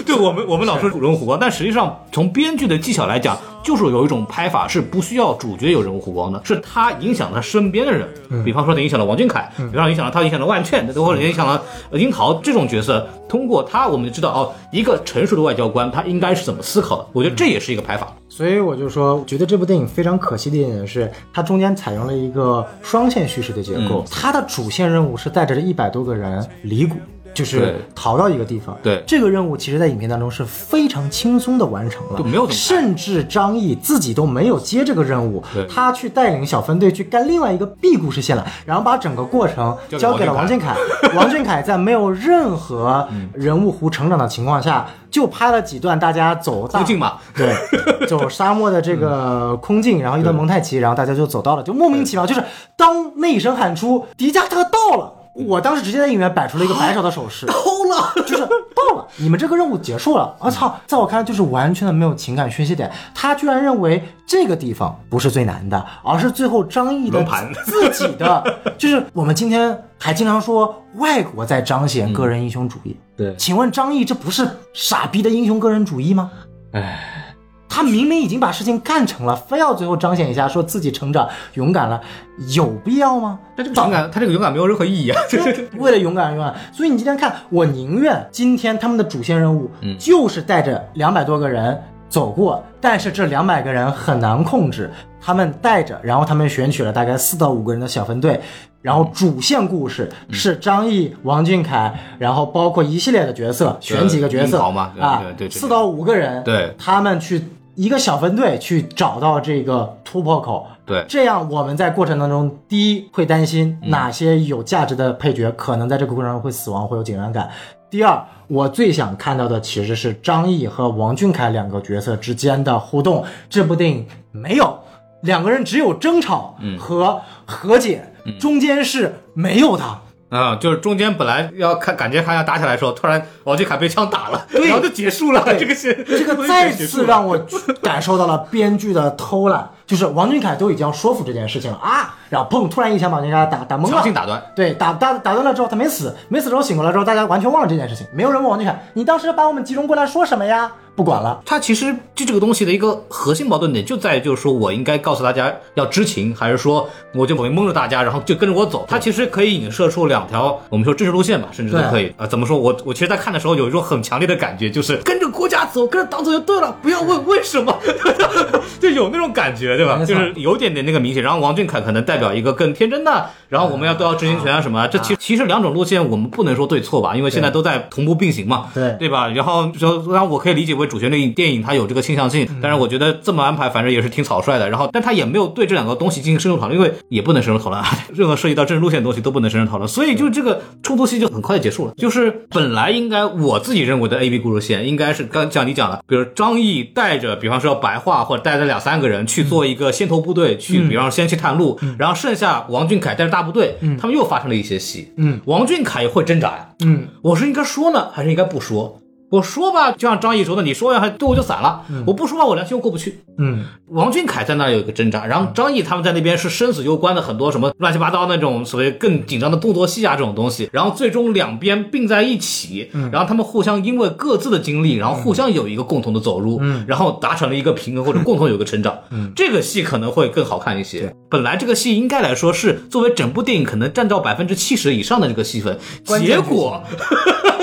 对我们我们老说人物弧光，但实际上从编剧的技巧来讲，就是有一种拍法是不需要主角有人物弧光的，是他影响他身边的人，比方说他影响了王俊凯，比方说影响了他影响了万茜，或者影响了樱桃这种角色，通过他我们就知道哦，一个成熟的外交官他应该是怎么思考的。我觉得这也是一个拍法。
所以我就说，觉得这部电影非常可惜的一点是，它中间采用了一个双线叙事的结构。
嗯
它的主线任务是带着这一百多个人离谷，就是
对
逃到一个地方。
对
这个任务其实在影片当中是非常轻松的完成了，
就没有怎么拍
甚至张译自己都没有接这个任务
对，
他去带领小分队去干另外一个 B 故事线了，然后把整个过程交
交
给
给
了
了
王
王
俊
俊嗯
凯。王俊凯在没有任何人物弧成长的情况下，就拍了几段大家走大
郭靖嘛，
对，走沙漠的这个空境，然后一段蒙太奇，然后大家就走到了，就莫名其妙，就是当那一声喊出“迪迦特到了”，我当时直接在影院摆出了一个摆手的手 势，到了，嗯就是到了，你们这个任务结束了。我、操，在我看来就是完全的没有情感宣泄点，他居然认为这个地方不是最难的，而是最后张译的
轮盘
自己 的，就是我们今天还经常说外国在彰显个人英雄主义。
对
请问张译这不是傻逼的英雄个人主义吗？
哎，
他明明已经把事情干成了，非要最后彰显一下，说自己成长勇敢了，有必要吗？
他这个勇敢，他这个勇敢没有任何意义啊。
为了勇敢而勇敢，所以你今天看，我宁愿今天他们的主线任务
嗯
就是带着两百多个人走过，但是这两百个人很难控制，他们带着，然后他们选取了大概四到五个人的小分队，然后主线故事
嗯
是张译、王俊凯，然后包括一系列的角色，选几个角色
樱桃嘛对
啊
对对，对
四到五个人，
对
他们去一个小分队去找到这个突破口，
对
这样我们在过程当中，第一会担心哪些有价值的配角可能在这个过程中会死亡，会有紧张感。第二，我最想看到的其实是张译和王俊凯两个角色之间的互动。这部电影没有，两个人只有争吵和和解，中间是没有的。
啊、就是中间本来要看感觉还要打起来的时候，突然王俊凯被枪打了，然后就结束了。
对
这个是
这 个再次让我感受到了编剧的偷懒，就是王俊凯都已经要说服这件事情了啊，然后砰，突然一枪把人家打打懵了，
强行打断。
对，打打打断了之后，他没死，没死之后醒过来之后，大家完全忘了这件事情，没有人问王俊凯，你当时把我们集中过来说什么呀？不管了。
它其实就这个东西的一个核心矛盾点就在于，就是说我应该告诉大家要知情，还是说我就我蒙着大家，然后就跟着我走？它其实可以影射出两条我们说政治路线吧，甚至都可以。啊，怎么说？我我其实，在看的时候有一种很强烈的感觉，就是跟着国家走，跟着党走就对了，不要问为什么， 就有那种感觉，对吧？
没错
就是有点点那个明显。然后王俊凯可能代表一个更天真的，然后我们要都要知情权啊什么啊，这其其实两种路线我们不能说对错吧，因为现在都在同步并行嘛。
对
对吧？然后就当然我可以理解为主旋律电影它有这个倾向性，但是我觉得这么安排反正也是挺草率的。然后，但他也没有对这两个东西进行深入讨论，因为也不能深入讨论啊， 任何涉及到政治路线的东西都不能深入讨论，所以就这个冲突戏就很快就结束了。就是本来应该我自己认为的 A B 故事线，应该是刚像你讲的，比如张译带着，比方说白话或者带着两三个人去做一个先头部队，去比方说先去探路，然后剩下王俊凯带着大部队，他们又发生了一些戏。
嗯，
王俊凯也会挣扎呀。
嗯，
我是应该说呢，还是应该不说？我说吧，就像张译说的，你说呀，还对我就散了；我不说吧，我良心又过不去。
嗯，
王俊凯在那儿有一个挣扎，然后张译他们在那边是生死攸关的很多什么乱七八糟那种所谓更紧张的动作戏啊这种东西，然后最终两边并在一起，
嗯
然后他们互相因为各自的经历，然后互相有一个共同的走入，
嗯
然后达成了一个平衡或者共同有一个成长，这个戏可能会更好看一些。本来这个戏应该来说是作为整部电影可能占到百分之七十以上的这个戏份，
关键
结
剧情
果。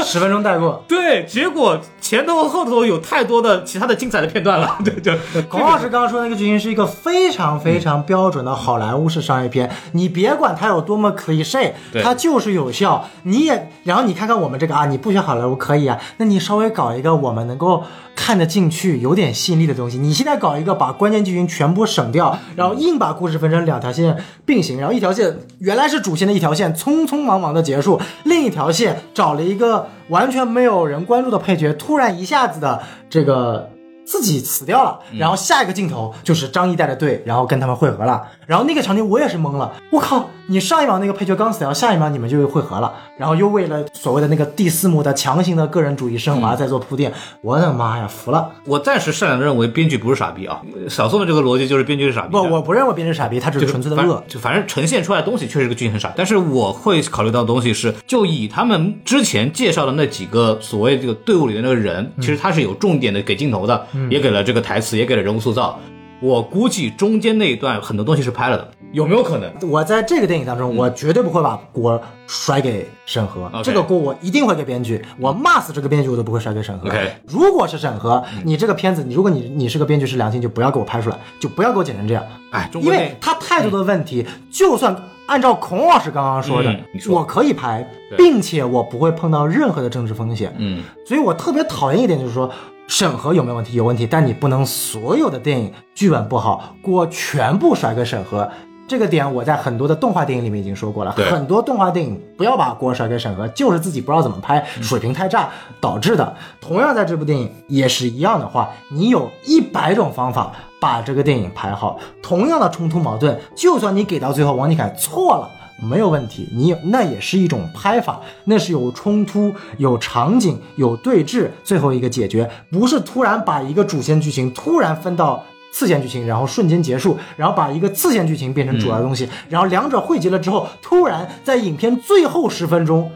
十分钟带过。
对，结果前头和后头有太多的其他的精彩的片段了， 对对，
孔老师刚刚说的那个剧情是一个非常非常标准的好莱坞式商业片，你别管它有多么 cliche，
对
它就是有效。你也，然后你看看我们这个啊，你不学好莱坞可以啊，那你稍微搞一个我们能够看得进去、有点吸引力的东西。你现在搞一个把关键剧情全部省掉，然后硬把故事分成两条线并行，然后一条线原来是主线的一条线，匆匆忙忙的结束，另一条线找了一个完全没有人关注的配角，突然一下子的这个。自己死掉了，
嗯
然后下一个镜头就是张译带着队，然后跟他们会合了。然后那个场景我也是懵了，我靠！你上一秒那个配角刚死掉，下一秒你们就会合了，然后又为了所谓的那个第四幕的强行的个人主义升
嗯
华在做铺垫，我的妈呀，服了！
我暂时善良的认为编剧不是傻逼啊，小宋的这个逻辑就是编剧是傻逼
不，
的。
我不认为别人是傻逼，他只是纯粹的
反
恶。
就反正呈现出来的东西确实这个剧情很傻，但是我会考虑到的东西是，就以他们之前介绍的那几个所嗯谓这个队伍里的那个人，其实他是有重点的给镜头的，也给了这个台词，也给了人物塑造。我估计中间那一段很多东西是拍了的，有没有可能？
我在这个电影当中，我绝对不会把锅甩给审核，
嗯 OK
这个锅我一定会给编剧，我骂死这个编剧我都不会甩给审核。
OK 嗯
如果是审核，你这个片子，你如果你你是个编剧是良心，就不要给我拍出来，就不要给我剪成这样，
哎，中
因
国
为
内
他太多的问题，就算按照孔老师刚刚说的，
嗯你说
我可以拍，
对
并且我不会碰到任何的政治风险，
嗯，
所以我特别讨厌一点就是说。审核有没有问题？有问题，但你不能所有的电影剧本不好，锅全部甩给审核。这个点我在很多的动画电影里面已经说过了，
对
很多动画电影不要把锅甩给审核，就是自己不知道怎么拍，水平太差导致的。同样在这部电影也是一样的话，你有一百种方法把这个电影拍好，同样的冲突矛盾，就算你给到最后王俊凯错了。没有问题，你有那也是一种拍法，那是有冲突、有场景、有对峙，最后一个解决，不是突然把一个主线剧情突然分到次线剧情，然后瞬间结束，然后把一个次线剧情变成主要东西，然后两者汇集了之后，突然在影片最后十分钟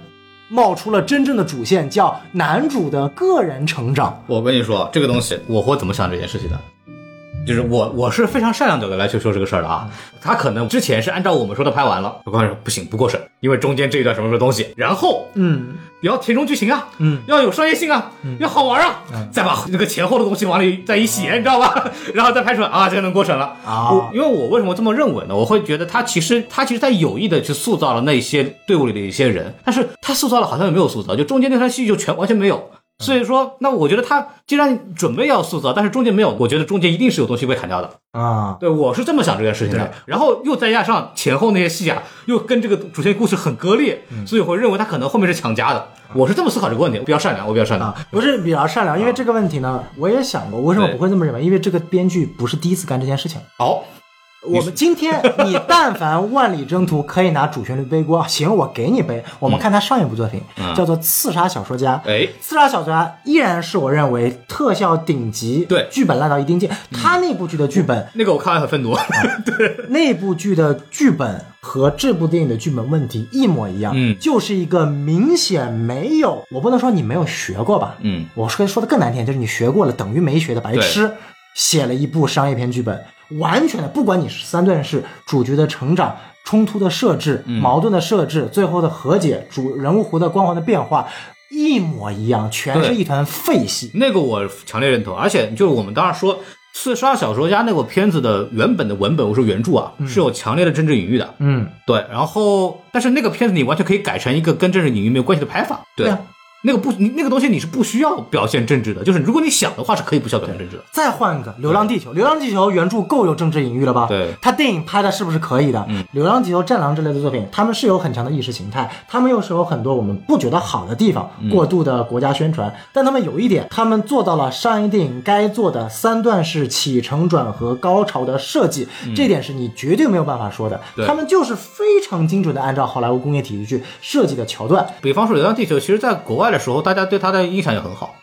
冒出了真正的主线，叫男主的个人成长。
我跟你说这个东西，我会怎么想这件事情的？就是我我是非常善良角度来去说这个事儿的啊，他可能之前是按照我们说的拍完了，我告诉你不行不过审，因为中间这一段什么什么东西，然后
嗯
也要填充剧情啊，
嗯，
要有商业性啊，要好玩啊，再把那个前后的东西往里再一写，你知道吧？ 然后再拍出来啊，这个能过审了
嗯啊
我因为我为什么这么认为呢？我会觉得他其实他其实在有意的去塑造了那些队伍里的一些人，但是他塑造了好像也没有塑造，就中间那段戏就全完全没有。
嗯
所以说，那我觉得他既然准备要塑造，但是中间没有，我觉得中间一定是有东西被砍掉的。
啊，
对，我是这么想这件事情的。然后又再加上前后那些戏啊，又跟这个主线故事很割裂，
嗯
所以我认为他可能后面是强加的。我是这么思考这个问题，我比较善良，我比较善良。
啊，不是比较善良，因为这个问题呢，我也想过，为什么
对
不会这么认为？因为这个编剧不是第一次干这件事情。
好，
我们今天，你但凡万里征途可以拿主旋律背锅，行，我给你背。我们看他上一部作品，
嗯
叫做《刺杀小说家》。
哎，
刺杀小说家依然是我认为特效顶级，
对
剧本烂到一定界。他那部剧的剧本，
那个我看完很愤怒。
那部剧的剧本和这部电影的剧本问题一模一样，
嗯
就是一个明显没有，我不能说你没有学过吧，
嗯，
我说说的更难听，就是你学过了等于没学的白痴，写了一部商业片剧本，完全的不管你是三段式主角的成长、冲突的设置、
嗯
矛盾的设置、最后的和解、主人物弧的光环的变化，一模一样，全
对
是一团废戏。
那个我强烈认同，而且就是我们当时说《刺杀小说家》那个片子的原本的文本，我说原著啊，是有强烈的政治隐喻的。
嗯，
对，然后但是那个片子你完全可以改成一个跟政治隐喻没有关系的拍法。
对啊
那个不，你那个东西你是不需要表现政治的，就是如果你想的话是可以不需要表现政治的。
再换一个《流浪地球》，《流浪地球》原著够有政治隐喻了吧？
对
它电影拍的是不是可以的？流浪地球》《战狼》之类的作品，他们是有很强的意识形态，他们又是有很多我们不觉得好的地方，过度的国家宣传，但他们有一点，他们做到了上一电影该做的三段式起承转合高潮的设计，这点是你绝对没有办法说的。
对
他们就是非常精准的按照好莱坞工业体育去设计的桥段，
比方说《流浪地球》，其实在国外的时候，大家对它的印象也很好，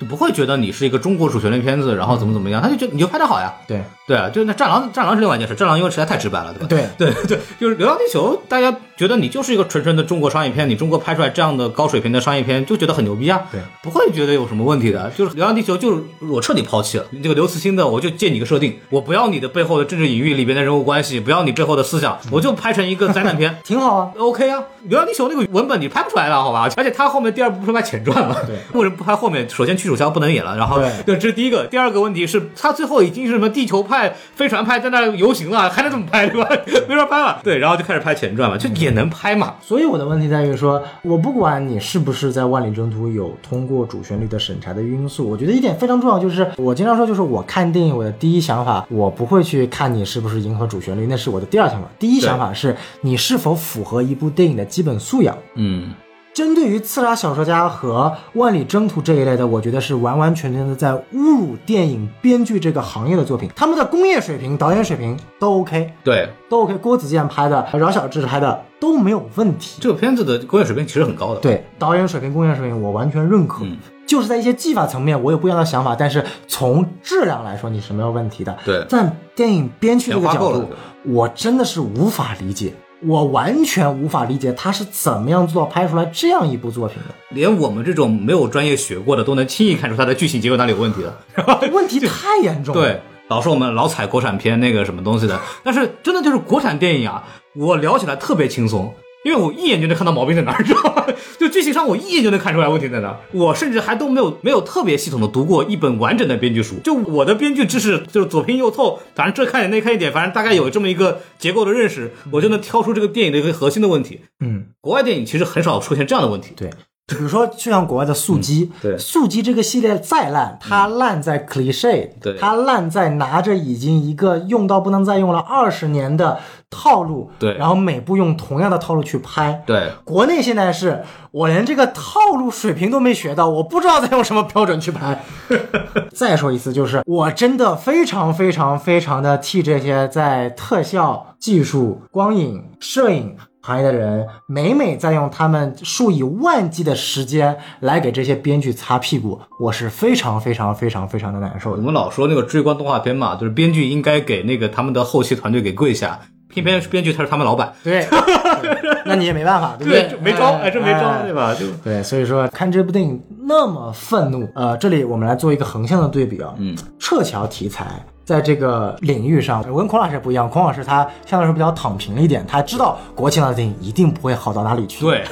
就不会觉得你是一个中国主旋律片子，然后怎么怎么样，他就觉得你就拍得好呀。
对
对啊，就那《战狼》，《战狼》是另外一件事，《战狼》因为实在太直白了，对吧？
对
对 对，就是《流浪地球》，大家觉得你就是一个纯纯的中国商业片，你中国拍出来这样的高水平的商业片，就觉得很牛逼啊，
对，
不会觉得有什么问题的。就是《流浪地球》，就是我彻底抛弃了这个刘慈欣的，我就借你个设定，我不要你的背后的政治隐喻里边的人物关系，不要你背后的思想，我就拍成一个灾难片。
挺好啊。
OK 啊，《流浪地球》那个文本你拍不出来了，好吧？而且他后面第二部不是拍前传吗？
对，
为什么不拍后面？首先，屈楚萧不能演了，然后
对
对，这是第一个。第二个问题是，他最后已经是什么地球派、飞船派在那儿游行了，还能怎么拍对吧？ 没法拍了。对，然后就开始拍前传嘛，就也能拍嘛。
所以我的问题在于说，我不管你是不是在《万里征途》有通过主旋律的审查的因素，我觉得一点非常重要，就是我经常说，就是我看电影我的第一想法，我不会去看你是不是迎合主旋律，那是我的第二想法。第一想法是你是否符合一部电影的基本素养。
嗯，
针对于刺杀小说家和万里征途这一类的，我觉得是完完全全的在侮辱电影编剧这个行业的作品，他们的工业水平、导演水平都 OK，
对，
都 OK。郭子健拍的、饶小志拍的都没有问题。
这个片子的工业水平其实很高的。，
对导演水平、工业水平，我完全认
嗯
可。就是在一些技法层面，我有不一样的想法，但是从质量来说，你是没有问题的。
对
站电影编剧这个
钱花够
角
了
度，我真的是无法理解，我完全无法理解他是怎么样做到拍出来这样一部作品 的。
连我们这种没有专业学过的都能轻易看出它的剧情结构哪里有问题的。
问题太严重了。
对，老说我们老踩国产片那个什么东西的，但是真的就是国产电影啊，我聊起来特别轻松。因为我一眼就能看到毛病在哪儿，知道吗？ 就剧情上我一眼就能看出来问题在哪儿。我甚至还都没有没有特别系统的读过一本完整的编剧书，就我的编剧知识就是左拼右凑，反正这看点那看一点，反正大概有这么一个结构的认识，我就能挑出这个电影的一个核心的问题。
嗯，
国外电影其实很少出现这样的问题。
对。就比如说，就像国外的《速激》
嗯对嗯
速激》这个系列再烂，它烂在 cliche，、
对
它烂在拿着已经一个用到不能再用了二十年的套路，
对
然后每部用同样的套路去拍。
对
国内现在是我连这个套路水平都没学到，我不知道再用什么标准去拍。 再说一次，就是我真的非常非常非常的替这些在特效技术、光影、摄影。行业的人每每在用他们数以万计的时间来给这些编剧擦屁股，我是非常非常非常非常的难受
我
的。
们老说那个追光动画片嘛，就是编剧应该给那个他们的后期团队给跪下，偏偏编剧他是他们老板，
对，对 那你也没办法，对不
对，没招，哎，这没招，
哎
对吧？就
对，所以说看这部电影那么愤怒，呃，这里我们来做一个横向的对比啊，
嗯，
撤侨题材。在这个领域上，我跟孔老师也不一样。孔老师他相对来说比较躺平一点，他知道国庆档的电影一定不会好到哪里去。，
对，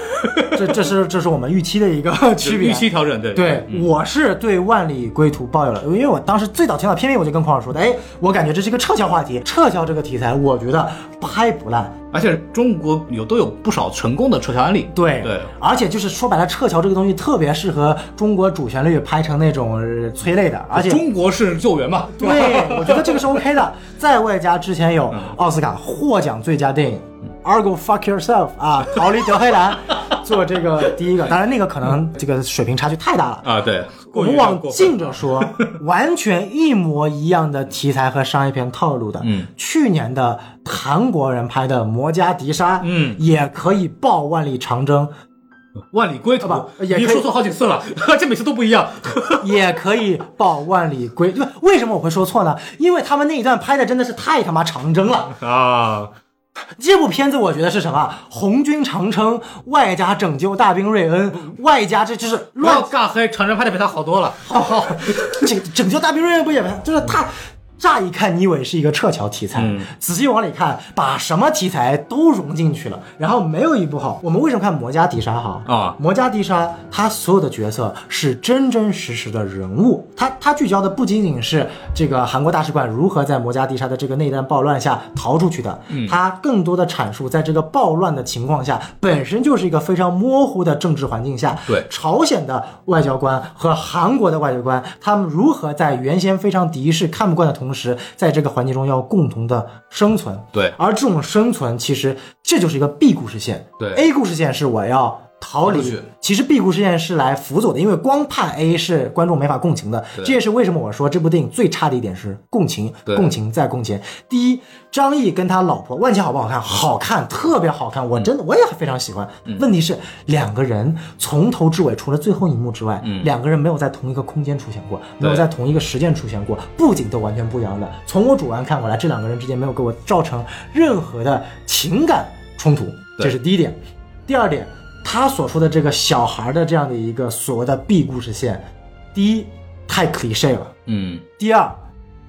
这这是这是我们预期的一个 区别。啊
预期调整，对
对，我是对《万里归途》抱有了，因为我当时最早听到片名，我就跟孔老师说的，哎，我感觉这是一个撤侨话题，撤侨这个题材，我觉得拍不烂，
而且中国有都有不少成功的撤侨案例，
对
对
而且就是说白了，撤侨这个东西特别适合中国主旋律拍成那种呃催泪的，而且。
中国式救援嘛，
对
吧？，
我觉得这个是 OK 的。 再外加之前有
嗯
奥斯卡获奖最佳电影《Argo Fuck Yourself》啊，逃离德 黑兰做这个第一个，当然那个可能这个水平差距太大了。
啊，对，
我
过于
们往近
过
着说，完全一模一样的题材和商业片套路的，
嗯，
去年的韩国人拍的《摩加迪沙》，
嗯
也可以爆《万里长征》，
分万里归途
啊，不也可以
你说错好几次 了，这每次都不一样。
也可以报万里归。 对，为什么我会说错呢？因为他们那一段拍的真的是太他妈长征了。
啊，
这部片子我觉得是什么？红军长征，外加拯救大兵瑞恩，外加这就是
不
乱
要尬黑，长城拍的比他好多了。
好好，这个 拯救大兵瑞恩不也就是他。乍一看，你以为是一个撤侨题材，
嗯
仔细往里看，把什么题材都融进去了，然后没有一部好。我们为什么看《摩加迪沙》好
啊
摩加迪沙》他所有的角色是真真实实的人物，他他聚焦的不仅仅是这个韩国大使馆如何在摩加迪沙的这个内战暴乱下逃出去的，他更多的阐述在这个暴乱的情况下，本身就是一个非常模糊的政治环境下，
对
朝鲜的外交官和韩国的外交官，他们如何在原先非常敌视、看不惯的同时，在这个环境中要共同的生存。
对
而这种生存，其实这就是一个 B 故事线。
对
，A 故事线是我要逃
逃出
离
去，
其实 B 故事线是来辅佐的，因为光看 A 是观众没法共情的。
对
这也是为什么我说这部电影最差的一点是共情，
对
共情再共情。第一，张译跟他老婆万茜好不好看？好看，特别好看，我真的我也非常喜欢。
嗯
问题是两个人从头至尾，除了最后一幕之外，
嗯
两个人没有在同一个空间出现过，没有
对
在同一个时间出现过，布景都完全不一样的。从我主观看过来，这两个人之间没有给我造成任何的情感冲突，
对
这是第一点。第二点，他所说的这个小孩的这样的一个所谓的 B 故事线，第一太 cliche 了，
嗯，
第二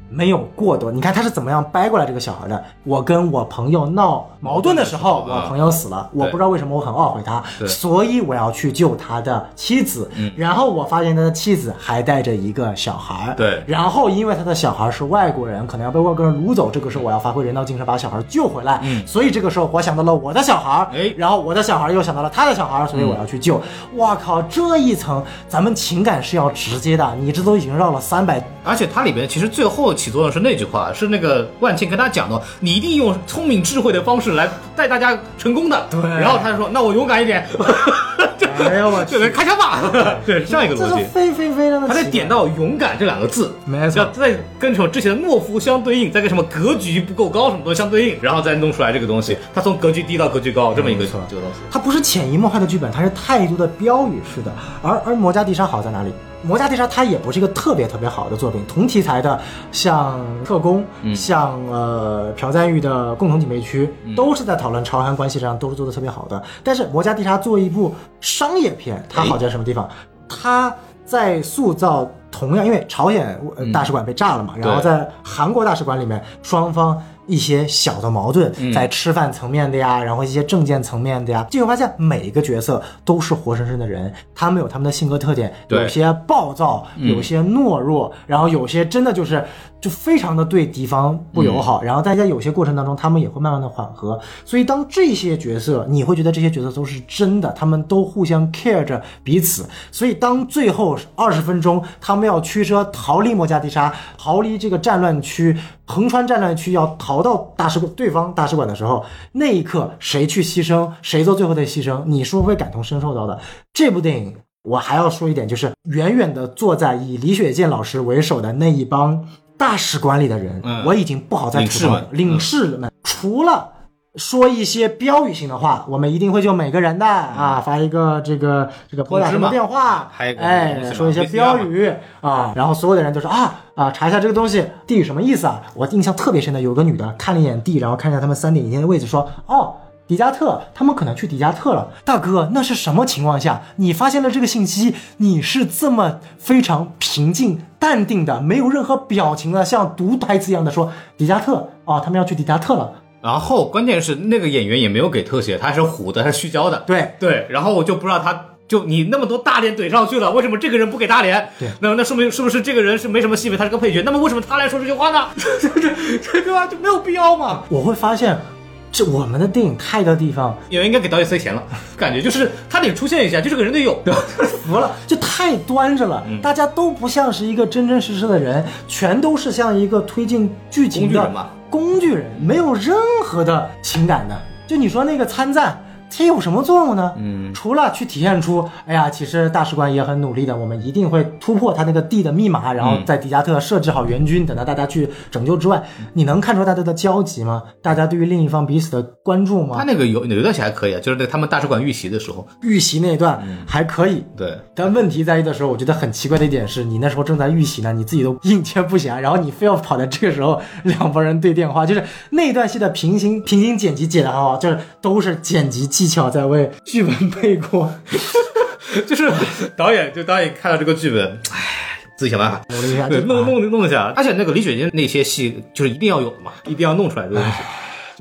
没有过多。你看他是怎么样掰过来这个小孩的？我跟我朋友闹矛盾的时候，
啊
我朋友死了，我不知道为什么我很懊悔他，
对嗯
所以我要去救他的妻子。然后我发现他的妻子还带着一个小孩。
对
然后因为他的小孩是外国人，可能要被外国人掳走，这个时候我要发挥人道精神把小孩救回来。
嗯
所以这个时候我想到了我的小孩，
哎嗯
然后我的小孩又想到了他的小孩，所以我要去救。哇靠，这一层咱们情感是要直接的，你这都已经绕了三百
而且它里边其实最后起作用是那句话，是那个万茜跟他讲的，你一定用聪明智慧的方式来带大家成功的。
对
然后他就说，那我勇敢一点。
哎 呦我去
对，开枪吧。对，这样一个
这
逻
是
辑。
非非非常的
他在
奇怪
点到“勇敢”这两个字，
没错
要再跟什么之前的懦夫相对应，再跟什么格局不够高什么东西相对应，然后再弄出来这个东西。他从格局低到格局高这么一个
没错
这个东西。
它不是潜移默化的剧本，它是态度的标语式的。而而《摩加迪沙》好在哪里？《摩加迪沙》它也不是一个特别特别好的作品，同题材的像《特工》像呃朴赞玉的《共同警备区》，都是在讨论朝韩关系上都是做的特别好的。但是《摩加哎迪沙》作为一部商业片，它好在什么地方？它在塑造同样，因为朝鲜呃大使馆被炸了嘛，然后在韩国大使馆里面，双方一些小的矛盾，在吃饭层面的呀，然后一些政见层面的呀，就会发现每一个角色都是活生生的人，他们有他们的性格特点，
对
有些暴躁，有些懦弱，然后有些真的就是就非常的对敌方不友好，然后但在有些过程当中，他们也会慢慢的缓和，所以当这些角色，你会觉得这些角色都是真的，他们都互相 care 着彼此，所以当最后二十分钟，他们要驱车逃离摩加迪沙，逃离这个战乱区，横穿战乱区，要逃到大使馆对方大使馆的时候，那一刻谁去牺牲，谁做最后的牺牲，你是不是会感同身受到的？这部电影。我还要说一点，就是远远的坐在以李雪健老师为首的那一帮大使馆里的人，
嗯
我已经不好再
领
吐
事
槽
们嗯
了。领事们、除了说一些标语性的话，我们一定会就每个人的啊
嗯
发一个这个这个拨打什么电话，
还有一个东西
哎
嘛
说一些标语啊，然后所有的人都说啊啊查一下这个东西 D 什么意思啊？我印象特别深的有个女的看了一眼 D，然后看一下他们三点一线的位置，说哦。迪加特，他们可能去迪加特了。大哥，那是什么情况下？你发现了这个信息，你是这么非常平静、淡定的，没有任何表情的，像读台词一样的说迪加特啊、他们要去迪加特了。
然后关键是那个演员也没有给特写，他是糊的，他是虚焦的。
对
对，然后我就不知道他。就你那么多大脸怼上去了，为什么这个人不给大脸？
对
那那说明是不是这个人是没什么戏份，他是个配角？那么为什么他来说这句话呢？这这对吧？就没有必要嘛。
我会发现，这我们的电影太多地方
演员应该给导演塞钱了，感觉就是他得出现一下，就这个人得有。
服了，就太端着了，
嗯
大家都不像是一个真真实实的人，全都是像一个推进剧情
工具
的
人嘛
工具人，没有任何的情感的。就你说那个参赞。它有什么作用呢？嗯，除了去体现出，哎呀，其实大使馆也很努力的，我们一定会突破它那个地的密码，然后
嗯
在迪加特设置好援军，等到大家去拯救之外，
嗯
你能看出大家的交集吗？大家对于另一方彼此的关注
他
吗？
那个有有段戏还可以啊，就是那他们大使馆遇袭的时候，
预习那一段
嗯
还可以，
对，
但问题在于的时候，我觉得很奇怪的一点是，你那时候正在预习呢，你自己都应接不啊暇，然后你非要跑在这个时候，两拨人对电话，就是那段戏的平行平行剪辑剪得很好，啊就是都是剪辑技巧在为剧本背锅，
就是导演就导演看到这个剧本，唉，自己想办法。
努力一下。
对，
啊就
弄弄弄一下，而且那个李雪健那些戏就是一定要有的嘛，一定要弄出来这个东西。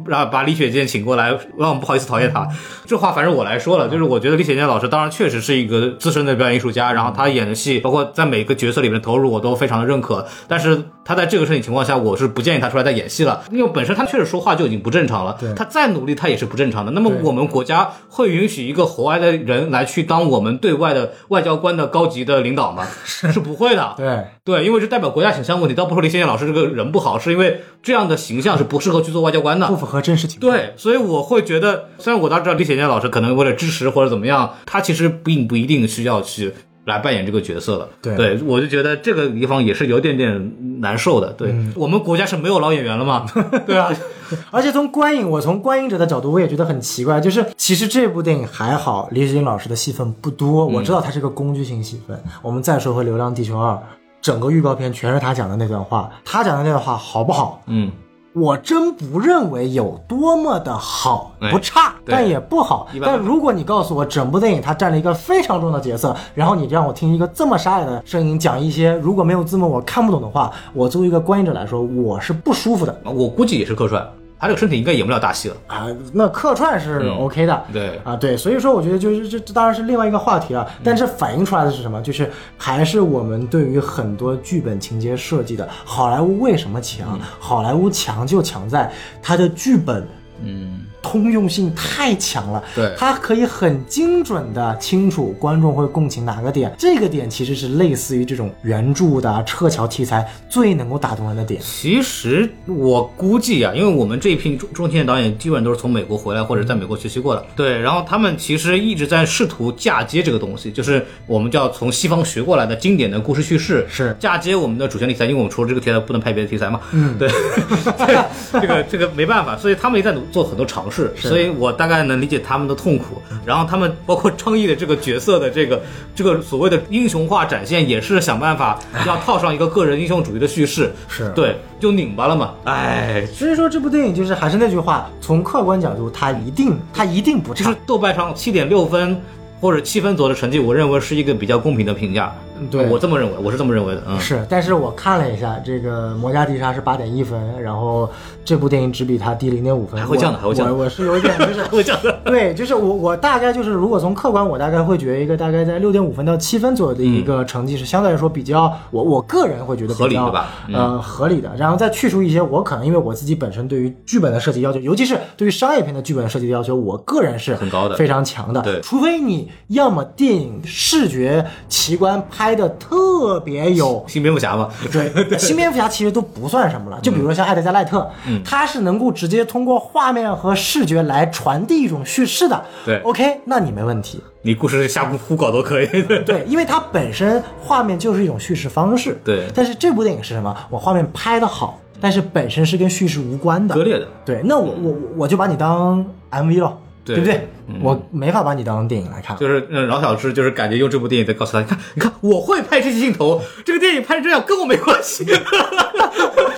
然后把李雪健请过来，让我们不好意思讨厌他。这话反正我来说了，就是我觉得李雪健老师当然确实是一个资深的表演艺术家，然后他演的戏，包括在每个角色里面的投入，我都非常的认可。但是他在这个事情情况下，我是不建议他出来再演戏了，因为本身他确实说话就已经不正常了
对，
他再努力他也是不正常的。那么
对
我们国家会允许一个国外的人来去当我们对外的外交官的高级的领 导吗？是不会的。
对，
对，因为这代表国家形象问题，倒不是说林先生老师这个人不好，是因为这样的形象是不适合去做外交官
不
的。
符合真实情况。
对，所以我会觉得，虽然我当时知道李雪健老师可能为了支持或者怎么样，他其实并不一定需要去来扮演这个角色的。
对
我就觉得这个地方也是有点点难受的。对、我们国家是没有老演员了嘛？对啊，
而且从观影，我从观影者的角度，我也觉得很奇怪，就是其实这部电影还好，李雪健老师的戏份不多，
嗯
我知道他是个工具性戏份。我们再说回《流浪地球二》，整个预告片全是他讲的那段话，他讲的那段话好不好？
嗯，
我真不认为有多么的好，
哎
不差，
对
但也不好
一。般
但如果你告诉我整部电影它占了一个非常重要的角色，然后你让我听一个这么沙哑的声音讲一些如果没有字幕我看不懂的话，我作为一个观影者来说，我是不舒服的
我估计也是客串，他这个身体应该演不了大戏了。
啊。那客串是 OK 的，
嗯对
啊，对，所以说我觉得就是这这当然是另外一个话题了，
嗯
但是反映出来的是什么？就是还是我们对于很多剧本情节设计的，好莱坞为什么强？好莱坞强就强在它的剧本。
嗯，
通用性太强了，
对
它可以很精准的清楚观众会共情哪个点，这个点其实是类似于这种原著的啊撤侨题材最能够打动人的点。
其实我估计啊，因为我们这一批中中青年导演基本上都是从美国回来或者在美国学习过的，对，然后他们其实一直在试图嫁接这个东西，就是我们叫从西方学过来的经典的故事叙事，
是
嫁接我们的主旋律题材，因为我们除了这个题材不能拍别的题材嘛，嗯，对， 对这个这个没办法，所以他们也在努做很多尝试，所以我大概能理解他们的痛苦，然后他们包括张译的这个角色的这个这个所谓的英雄化展现，也是想办法要套上一个个人英雄主义的叙事，
是啊
对，就拧巴了嘛。哎，
所以说这部电影就是还是那句话，从客观角度，它一定它一定不
就
差
是。豆瓣上七点六分或者七分左右的成绩，我认为是一个比较公平的评价。
对
我这么认为，我是这么认为的。嗯，
是，但是我看了一下，这个《摩加迪沙》是八点一分，然后这部电影只比它低零点五分，
还会降的
我
还会降的
我我是有一点就是
我讲 的。
对，就是我我大概就是，如果从客观，我大概会觉得一个大概在六点五分到七分左右的一个成绩是相对来说比较，我我个人会觉得比较
合理对吧嗯
呃，合理的。然后再去除一些我可能因为我自己本身对于剧本的设计要求，尤其是对于商业片的剧本设计的要求，我个人是
很高的
非常强的。
对
除非你要么电影视觉奇观拍的特别有
新蝙蝠侠嘛，
对，新蝙蝠侠其实都不算什么了。就比如说像艾德加·赖特，
嗯
他是能够直接通过画面和视觉来传递一种叙事的。
对
，OK，那你没问题。
你故事瞎胡搞都可以。
对，因为它本身画面就是一种叙事方式。
对
但是这部电影是什么？我画面拍的好，但是本身是跟叙事无关的，
割裂的。嗯
对，那我我我我就把你当 MV 了，
对嗯
不对？我没法把你当电影来看。
就是嗯饶小志，就是感觉用这部电影在告诉他，你看，你看，我会拍这些镜头，这个电影拍成这样跟我没关系。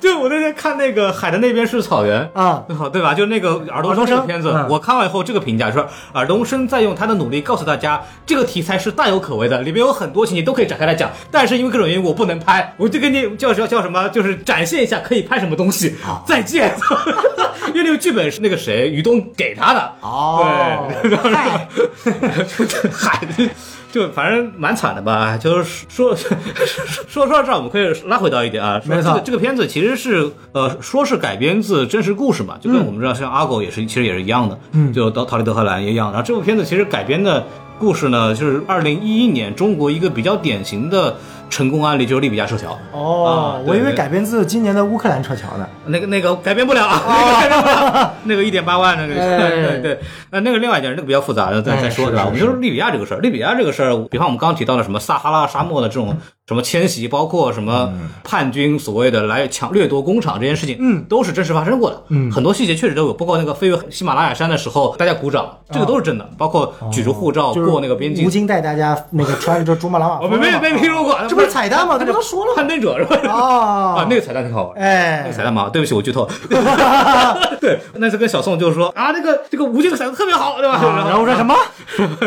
对，我那天看那个《海的那边是草原》
啊，
对吧？就那个尔冬
尔冬
升
升
这个片子，
嗯
我看完以后这个评价说，尔冬升在用他的努力告诉大家，这个题材是大有可为的，里面有很多情节都可以展开来讲，但是因为各种原因我不能拍，我就给你叫叫叫什么，就是展现一下可以拍什么东西。再见。 因为那个剧本是那个谁于东给他的，
哦， 嗨
嗨，就反正蛮惨的吧。就是说说说到这儿，我们可以拉回到一点啊，说
没
这
错
个这个片子其实是呃，说是改编自真实故事嘛，就
嗯
跟我们知道像阿狗也是，其实也是一样的，嗯，就到逃离德黑兰也一样。然后这部片子其实改编的故事呢，就是二零一一年中国一个比较典型的成功案例，就是利比亚撤侨。
哦
啊，对
我以为
对
改编自今年的乌克兰撤侨呢。
那个那个改变不了，那 个改变不了，那个一点八万那个，
哎
对 对，呃那那个另外一件事，那个比较复杂，再
哎
再说
是
对吧？
是
我们就是利比亚这个事儿，利比亚这个事儿，比方我们刚刚提到的什么撒哈拉沙漠的这
嗯
种什么迁徙，包括什么叛军所谓的来抢掠夺工厂这件事情，嗯，都是真实发生过的，嗯，很多细节确实都有，包括那个飞越喜马拉雅山的时候，大家鼓掌，这个都是真的，包括举着护照
哦就是
过那个边
吴
境，
京带大家那个穿着珠穆朗玛
我
峰
没
嘛，
没没听说过，
这不是彩蛋
啊
吗？这不都说了吗？
叛变者是吧？
哦
啊，那个彩蛋挺好玩的。那
哎
个，彩蛋吗？对不起，我剧透。 对，那次跟小宋就是说啊，那个这个吴京的彩蛋特别好，对吧？
啊然后我说什
么？
么？嗯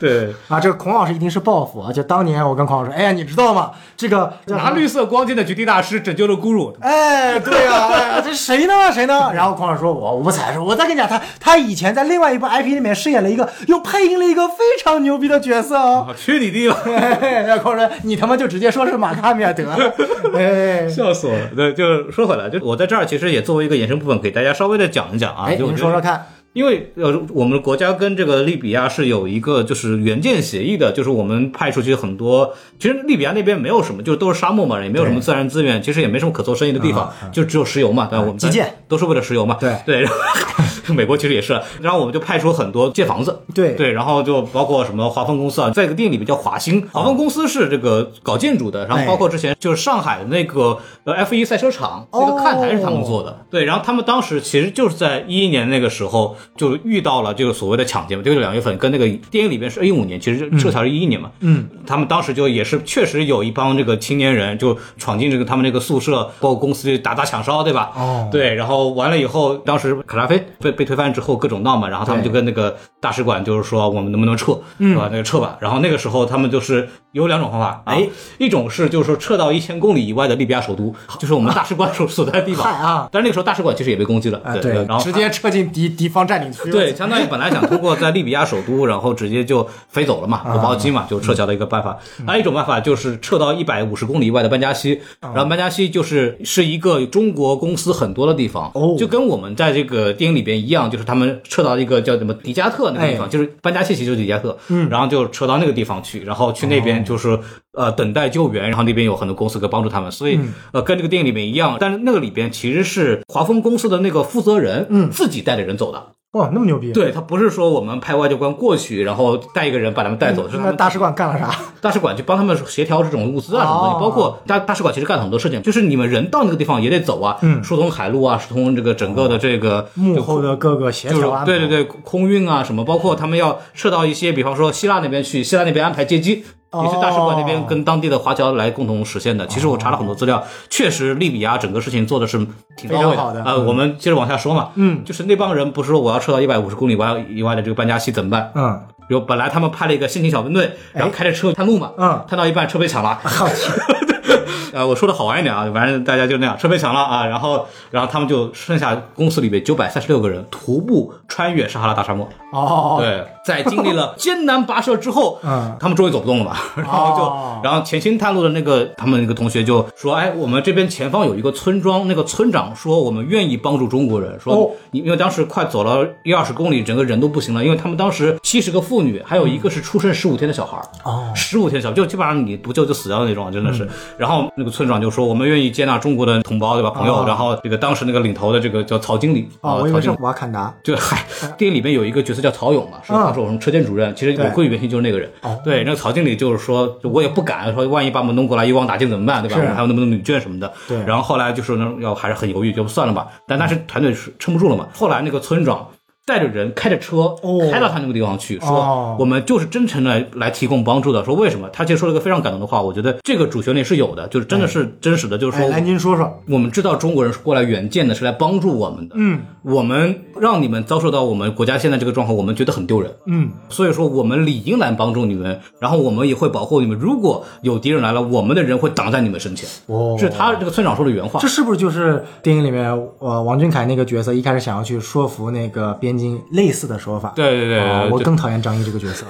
对，
啊，这个孔老师一定是报复啊！就当年我跟孔老师，哎呀，你知道吗？这个叫
拿绿色光剑的绝地大师拯救了啊咕噜。
哎，对呀、哎呀，这谁呢？谁呢？然后孔老师说我，我不才说，我再跟你讲，他他以前在另外一部 IP 里面饰演了一个，又配音了一个非常牛逼的角色 哦。
啊，去你的吧！
哎然后孔老师，你他妈就直接说是马卡米 尔德了，哎。
笑死我了。对，就是说回来，就我在这儿其实也作为一个衍生部分，给大家稍微的讲一讲啊。
哎，
就我
您
觉
说
得
说看，
因为呃，我们国家跟这个利比亚是有一个就是援建协议的，就是我们派出去很多，其实利比亚那边没有什么，就是都是沙漠嘛，也没有什么自然资源，其实也没什么可做生意的地方，就只有石油嘛，对吧？我们
啊基建
都是为了石油嘛，
对
对。然后 美国其实也是，然后我们就派出很多建房子，
对
对，然后就包括什么华丰公司啊，在一个电影里面叫华兴，
啊
华丰公司是这个搞建筑的，然
哎
后包括之前就是上海的那个呃 F 一赛车场那
哦
个看台是他们做的。对，然后他们当时其实就是在一一年那个时候，就遇到了这个所谓的抢劫嘛，就是两月份跟那个电影里边是一五年，其实这才是一一年嘛。嗯，他们当时就也是确实有一帮这个青年人就闯进这个他们那个宿舍，包括公司就打砸抢烧，对吧？
哦
对，然后完了以后，当时卡扎菲被被推翻之后各种闹嘛，然后他们就跟那个大使馆就是说我们能不能撤，嗯，吧？那个撤吧。然后那个时候他们就是有两种方法，哎，一种是就是说撤到一千公里以外的利比亚首都，就是我们大使馆所所在的地方
嗨啊
但是那个时候大使馆其实也被攻击了，
啊，
对，然后
直接撤进敌敌方占领区了，
对，相当于本来想通过在利比亚首都，然后直接就飞走了嘛，就包机嘛，就撤侨的一个办法。
嗯
还有一种办法就是撤到一百五十公里以外的班加西，
啊
然后班加西就是是一个中国公司很多的地方
哦，
就跟我们在这个电影里边一样，就是他们撤到一个叫什么迪加特那个地
哎嗯
方，就是班加西其实就是迪加特，然后就撤到那个地方去，然后去那
哦
边就是呃等待救援，然后那边有很多公司可以帮助他们，所
嗯
以呃跟这个电影里面一样，但是那个里边其实是华丰公司的那个负责人嗯自己带着人走的。
哇，那么牛逼，，
对他不是说我们派外交官过去，然后带一个人把他们带走，是他
嗯那
们
大使馆干 了啥？
大使馆去帮他们协调这种物资啊什么东西，
哦
包括大大使馆其实干了很多事情，就是你们人到那个地方也得走啊，疏通海路啊，疏通这个整个的这个
嗯哦幕后的各个协
就
调安
是
排，
对对对，空运啊什么，包括他们要撤到一些，比方说希腊那边去，希腊那边安排接机。
哦
也是大使馆那边跟当地的华侨来共同实现的。其实我查了很多资料，确实利比亚整个事情做的是挺到
非
位
常好的
呃，
嗯
我们接着往下说嘛，
嗯
就是那帮人不是说我要撤到一百五十公里外以外的这个班加西怎么办？
嗯
比如本来他们派了一个先行小分队，然后开着车探路嘛，
哎嗯，
探到一半车被抢了。
好奇，
呃，我说的好玩一点啊，反正大家就那样，车被抢了啊，然后然后他们就剩下公司里面九百三十六个人徒步穿越撒哈拉大沙漠。
哦，
对，在经历了艰难跋涉之后，
嗯
他们终于走不动了嘛，然后
哦
就，然后前行探路的那个他们那个同学就说，哎，我们这边前方有一个村庄，那个村长说我们愿意帮助中国人，
哦
说你因为当时快走了一二十公里，整个人都不行了，因为他们当时七十个妇女，还有一个是出生十五天的小孩儿，
哦
十五天小，就基本上你不救就死掉的那种，真的
嗯
是。然后那个村长就说，我们愿意接纳中国的同胞，对吧，朋友？
哦
然后这个当时那个领头的这个叫曹经理啊，
哦，我以
曹
为是
经理。
瓦坎达，
就嗨，电影里面有一个角色叫曹勇嘛，是
嗯
当时我们车间主任，其实我归原型就是那个人
哦。
对，那个曹经理就是说，就我也不敢说，万一把我们弄过来一网打尽怎么办，对吧？
是
我们还有那么多女眷什么的。
对
然后后来就是那要还是很犹豫，要不算了吧。但当时团队是撑不住了嘛。后来那个村长。带着人开着车
哦
开到他那个地方去，
哦
说我们就是真诚的来提供帮助的。说为什么？他其实说了一个非常感动的话，我觉得这个主旋律是有的，就是真的是真实的，就是
哎，
说
来您说说，
我们知道中国人是过来援建的，是来帮助我们的。
嗯，
我们让你们遭受到我们国家现在这个状况，我们觉得很丢人。
嗯，
所以说，我们理应来帮助你们，然后我们也会保护你们。如果有敌人来了，我们的人会挡在你们身前。
哦
这是他这个村长说的原话
这。是不是就是电影里面呃王俊凯那个角色一开始想要去说服那个边境类似的说法？
对对对
啊
对
我
对
更讨厌张译这个角 色。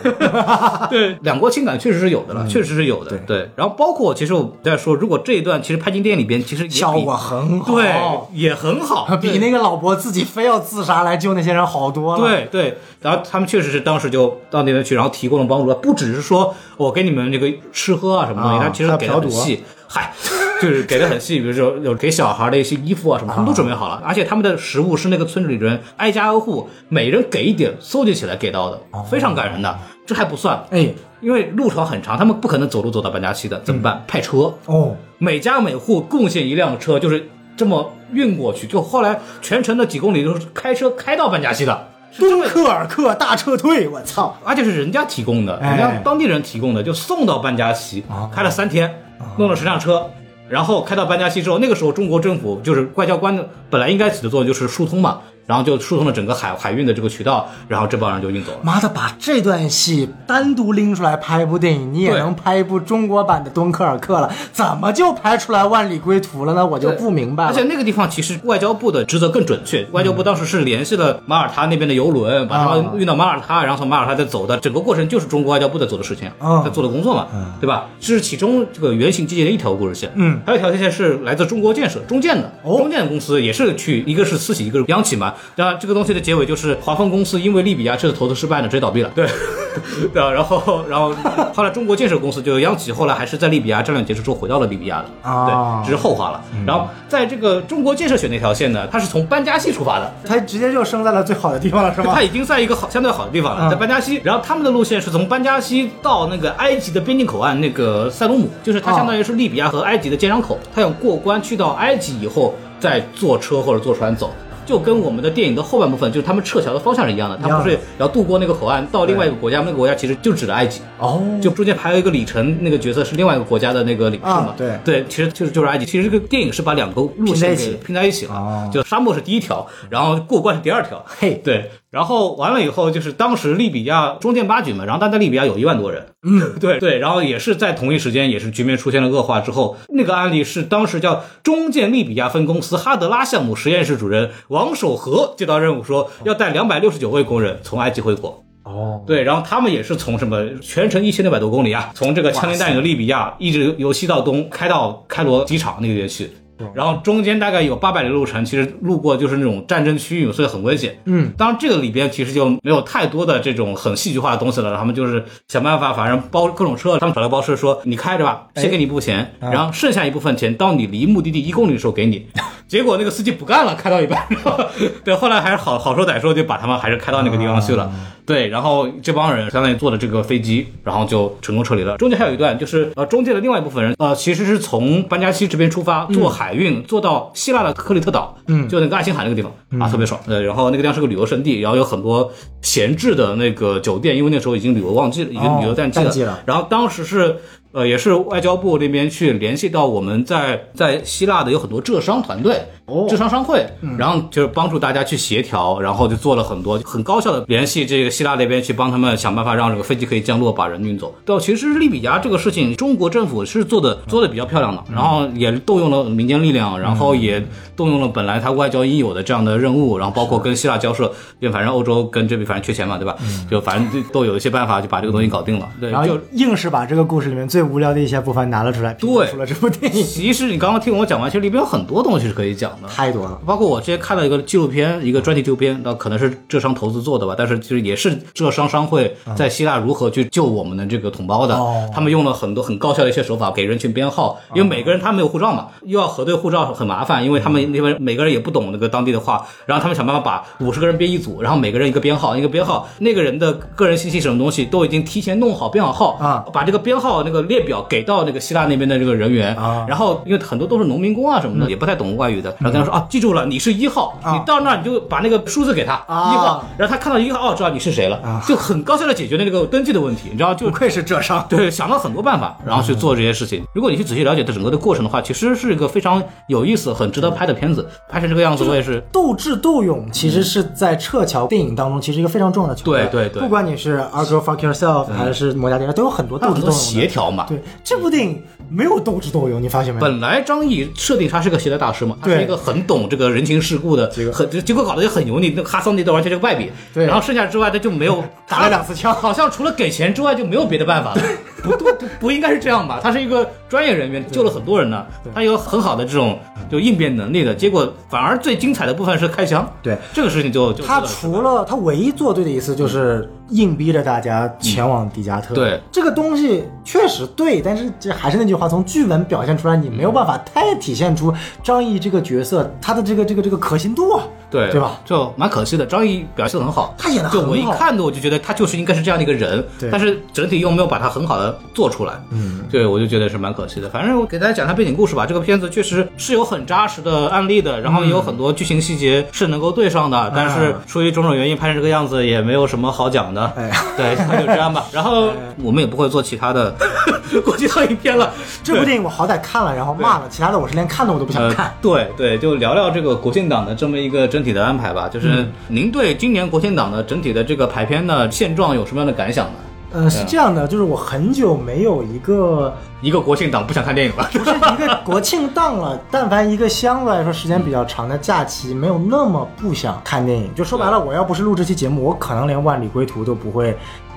对，两国情感确实是有的了，确实是有的。对，然后包括其实我在说，如果这一段其实拍进电影里边，其实也比
效果很好，
对，也很好，
比
对
那个老伯自己非要自杀来救那些人好多了。，
对对，然后他们确实是当时就到那边去，然后提供了帮助，不只是说我给你们这个吃喝啊什么东西，
啊
他其实给的很细，嗨，就是给的很细，比如说有给小孩的一些衣服啊什么，他们都准备好了，而且他们的食物是那个村子里人挨家挨户每人给一点，搜集起来给到的，非常感人的。这还不算，
哎，
因为路程很长，他们不可能走路走到班加西的，怎么办？派车，
哦，
每家每户贡献一辆车，就是这么运过去。就后来全程的几公里都是开车开到班加西的。
敦刻尔克大撤退，我操！
而且是人家提供的，
哎
人家当地人提供的，就送到班加西，开了三天，弄了十辆车。然后开到班加西之后，那个时候中国政府就是外交官的本来应该起的作用就是疏通嘛，然后就疏通了整个海海运的这个渠道，然后这帮人就运走了。
妈的，把这段戏单独拎出来拍一部电影，你也
对
能拍一部中国版的《敦刻尔克》了，怎么就拍出来《万里归途》了呢？我就
对
不明白了。嗯
而且那个地方其实外交部的职责更准确，外交部当时是联系了马耳他那边的游轮，把
啊
他们运到马耳他，然后从马耳他再走的，整个过程就是中国外交部在做的事情
哦，
在做的工作嘛，对吧？这是其中这个原型基建的一条故事线，
嗯，
还有一条线是来自中国建设中建的，
哦
中建公司也是去一个是私企，一个是央企嘛，然后这个东西的结尾就是华丰公司因为利比亚这次投资失败呢，直接倒闭了，对。 对啊，然后，然后后来中国建设公司就是央企，后来还是在利比亚战略结束之后回到了利比亚的，
哦
对，只是后话了。然后在这个中国建设选那条线呢，它是从班加西出发的，
他直接就生在了最好的地方了，是
就
吗
它？已经在一个好相对好的地方
嗯
了，在班加西。然后他们的路线是从班加西到那个埃及的边境口岸那个塞鲁姆，就是它
哦
相当于是利比亚和埃及的接壤口，它想过关去到埃及以后再坐车或者坐船走。就跟我们的电影的后半部分，就是他们撤侨的方向是一样的，他
一
们
样的
不是要渡过那个口岸到另外一个国家，那个国家其实就指的埃及。
哦，
就中间还有一个里程，那个角色是另外一个国家的那个领事嘛
啊？对
对，其实就是就是埃及。其实这个电影是把两个路
拼在
线
一起
给拼在一起了
哦，
就沙漠是第一条，然后过关是第二条。
嘿
对，然后完了以后就是当时利比亚中建八局嘛，然后但在利比亚有一万多人，嗯， 对对，然后也是在同一时间，也是局面出现了恶化之后，那个案例是当时叫中建利比亚分公司哈德拉项目实验室主任王守和接到任务说要带两百六十九位工人从埃及回国，
哦，
对，然后他们也是从什么全程一千六百多公里啊，从这个枪林弹雨的利比亚一直由西到东开到开罗机场那个地区，然后中间大概有八百里路程，其实路过就是那种战争区域，所以很危险。
嗯，
当然这个里边其实就没有太多的这种很戏剧化的东西了，他们就是想办法，反正包各种车，他们找来包车说你开着吧，先给你一部分钱，然后剩下一部分钱到你离目的地一公里的时候给你。结果那个司机不干了，开到一半，然 后对，后来还是好好说歹说，就把他们还是开到那个地方去了。对，然后这帮人相当于坐了这个飞机，然后就成功撤离了。中间还有一段就是呃，中介的另外一部分人呃，其实是从班加西这边出发，坐海运、坐到希腊的克里特岛，嗯，就那个爱琴海那个地方、啊，特别爽。呃，然后那个地方是个旅游胜地，然后有很多闲置的那个酒店，因为那时候已经旅游旺季了，已经旅游淡季了。
淡季了
然后当时是。呃，也是外交部那边去联系到我们在在希腊的有很多浙商团队、
哦
浙商商会，然后就是帮助大家去协调，然后就做了很多很高效的联系这个希腊那边去帮他们想办法让这个飞机可以降落，把人运走。到其实利比亚这个事情，中国政府是做的做的比较漂亮的，然后也动用了民间力
嗯
量，然后也动用了本来他外交应有的这样的任务，然后包括跟希腊交涉，因为反正欧洲跟这边反正缺钱嘛，对吧？就反正都都有一些办法就把这个东西搞定了。对，
嗯然
就
后硬是把这个故事里面最无聊的一些部分拿了出来，拼凑
对
出了这部电影，
其实你刚刚听我讲完，其实里边有很多东西是可以讲的。
太多了。
包括我之前看到一个纪录片，一个专题纪录片，那可能是浙商投资做的吧，但是其实也是浙商商会在希腊如何去救我们的这个同胞的。
哦
他们用了很多很高效的一些手法，给人群编号，因为每个人他没有护照嘛，又要核对护照很麻烦，因为他们那边每个人也不懂那个当地的话，然后他们想办法把五十个人编一组，然后每个人一个编号，一个编号，那个人的个人信息什么东西都已经提前弄好编好号
啊，
把这个编号那个列表给到那个希腊那边的这个人员
啊嗯
然后因为很多都是农民工啊什么的，也不太懂外语的，然后跟他说啊，记住了，你是一号，
啊
你到那儿你就把那个数字给他
啊
一号，然后他看到一号，哦，知道你是谁了，就很高效的解决了那个登记的问题，你知道就
不愧是浙商，
对，想到很多办法，然后去做这些事情。如果你去仔细了解它整个的过程的话，其实是一个非常有意思、很值得拍的片子。拍成这个样子，我也是
斗智斗勇其实是在撤侨电影当中，其实一个非常重要的桥段。
嗯对对对嗯
不管你是《Our Girl Fuck Yourself》还是《摩加迪亚》，都有很多
它有
斗
很
智斗
多
勇。
协。调嘛。
啊对，这部电影没有斗智斗勇，你发现没有？
本来张译设定他是个协调大师嘛，他是
对
一个很懂这个人情世故的，很结果搞得就很油腻。那个哈桑那段完全是个败笔，
对
然后剩下之外他就没有
打了两次枪
好像除了给钱之外就没有别的办法了。不不不不应该是这样吧？他是一个专业人员，救了很多人呢，他有很好的这种就应变能力的。结果反而最精彩的部分是开枪，
对
这个事情就就
他除了他唯一做对的一次，就是硬逼着大家前往迪迦特。
对，
这个东西确实对，但是这还是那句话，从剧本表现出来，你没有办法太体现出张译这个角色他的这个这个这个可信度啊。
对
对吧？
就蛮可惜的，张译表现得很好，
他演得
就
很
我一
好
看的我就觉得他就是应该是这样的一个人
对，
但是整体又没有把他很好的做出来，嗯，对我就觉得是蛮可惜的。反正我给大家讲一下背景故事吧，这个片子确实是有很扎实的案例的，然后也
嗯
有很多剧情细节是能够对上的，但是出于种种原因拍成这个样子也没有什么好讲的，
哎，
对，那就这样吧。然 后我们也不会做其他的 国际套影片了，
这部电影我好歹看了，然后骂了，其他的我是连看都我都不想看。
呃。对对，就聊聊这个国庆档的这么一个整体的安排吧。
嗯
就是您对今年国庆档的整体的这个排片的现状有什么样的感想呢？
呃，是这样的，就是我很久没有一个
一个国庆档不想看电 影了，
不是一个国庆档了，但凡一个相对来说时间比较长的假期，没有那么不想看电影。就说白了，我要不是录这期节目，我可能连《万里归途》都不会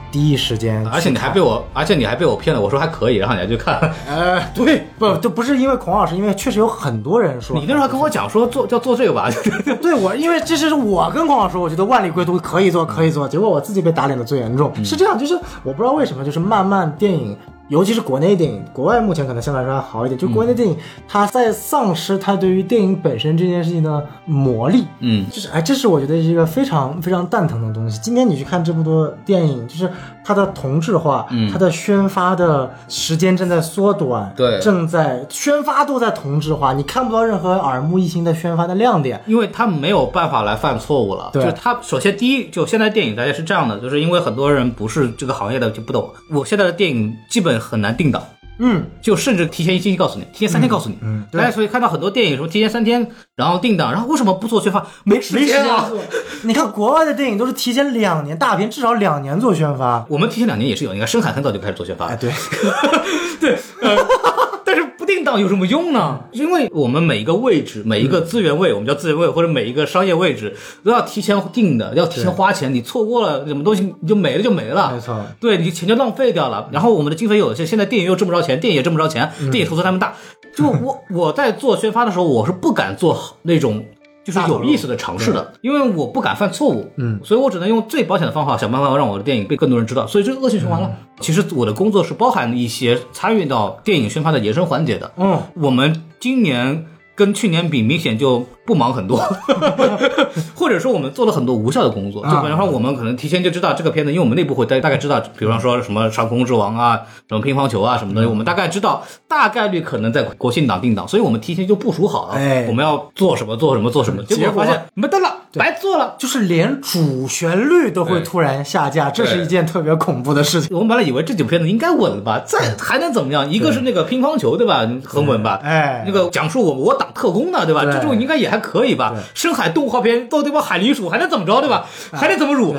第一时间去看。
而且你还被我，而且你还被我骗了，我说还可以，然后你还去看。
啊 呃，
对，
不，这不是因为孔老师，因为确实有很多人说
你那时候还跟我讲说做要做这个吧，
对我，因为这是我跟孔老师说，我觉得万里归途可以做，可以做，结果我自己被打脸的最严重。
嗯
是这样，就是我不知道为什么，就是慢慢电影，尤其是国内电影，国外目前可能相对来说还好一点，就国
嗯
内电影、它在丧失它对于电影本身这件事情的魔力。
嗯，
就是哎，这是我觉得一个非常非常蛋疼的东西。今天你去看这么多电影，就是它的同质化，
嗯
它的宣发的时间正在缩短，
对
正在宣发都在同质化，你看不到任何耳目一新的宣发的亮点。
因为他没有办法来犯错误了。
对
就是他首先第一，就现在电影大家是这样的，就是因为很多人不是这个行业的就不懂，我现在的电影基本很难定档。
嗯，
就甚至提前一星期告诉你，提前三天告诉你。
嗯对
大家所以看到很多电影什么提前三天，然后定档，然后为什么不做宣发？没时间啊！
做。你看国外的电影都是提前两年，大片至少两年做宣发。
我们提前两年也是有，你看深海很早就开始做宣发
哎，，对，
对，呃但是不定档有什么用呢？因为我们每一个位置、每一个资源位，我们叫资源位，或者每一个商业位置都要提前定的，要提前花钱。你错过了什么东西，你就没了，就没了。
没错
对你钱就浪费掉了。然后我们的经费有限，现在电影又挣不着钱，电影也挣不着钱，电影投资他们大。就 我我在做宣发的时候，我是不敢做那种。就是有意识的尝试的，因为我不敢犯错误，嗯，所以我只能用最保险的方法，想办法让我的电影被更多人知道，所以这个恶性循环了。其实我的工作是包含一些参与到电影宣发的延伸环节的，
嗯，
我们今年跟去年比，明显就不忙很多， 或者说我们做了很多无效的工作。就比方说，我们可能提前就知道这个片子，因为我们内部会大大概知道，比方说什么《长空之王》啊，什么乒乓球啊，什么东西，我们大概知道大概率可能在国庆档定档，所以我们提前就部署好了，
哎
我们要做什么做什么做什么，结
结
果
果
发现没得了，白做了。
就是连主旋律都会
对
突然下架，这是一件特别恐怖的事情。
我们本来以为这几部片子应该稳了吧，再还能怎么样？一个是那个乒乓球，对吧？很稳吧？
哎
那个讲述我我党特工的，对吧？
对
这种应该也还可以吧？深海动画片都对吧？海狸鼠还能怎么着，对吧？还能怎么辱？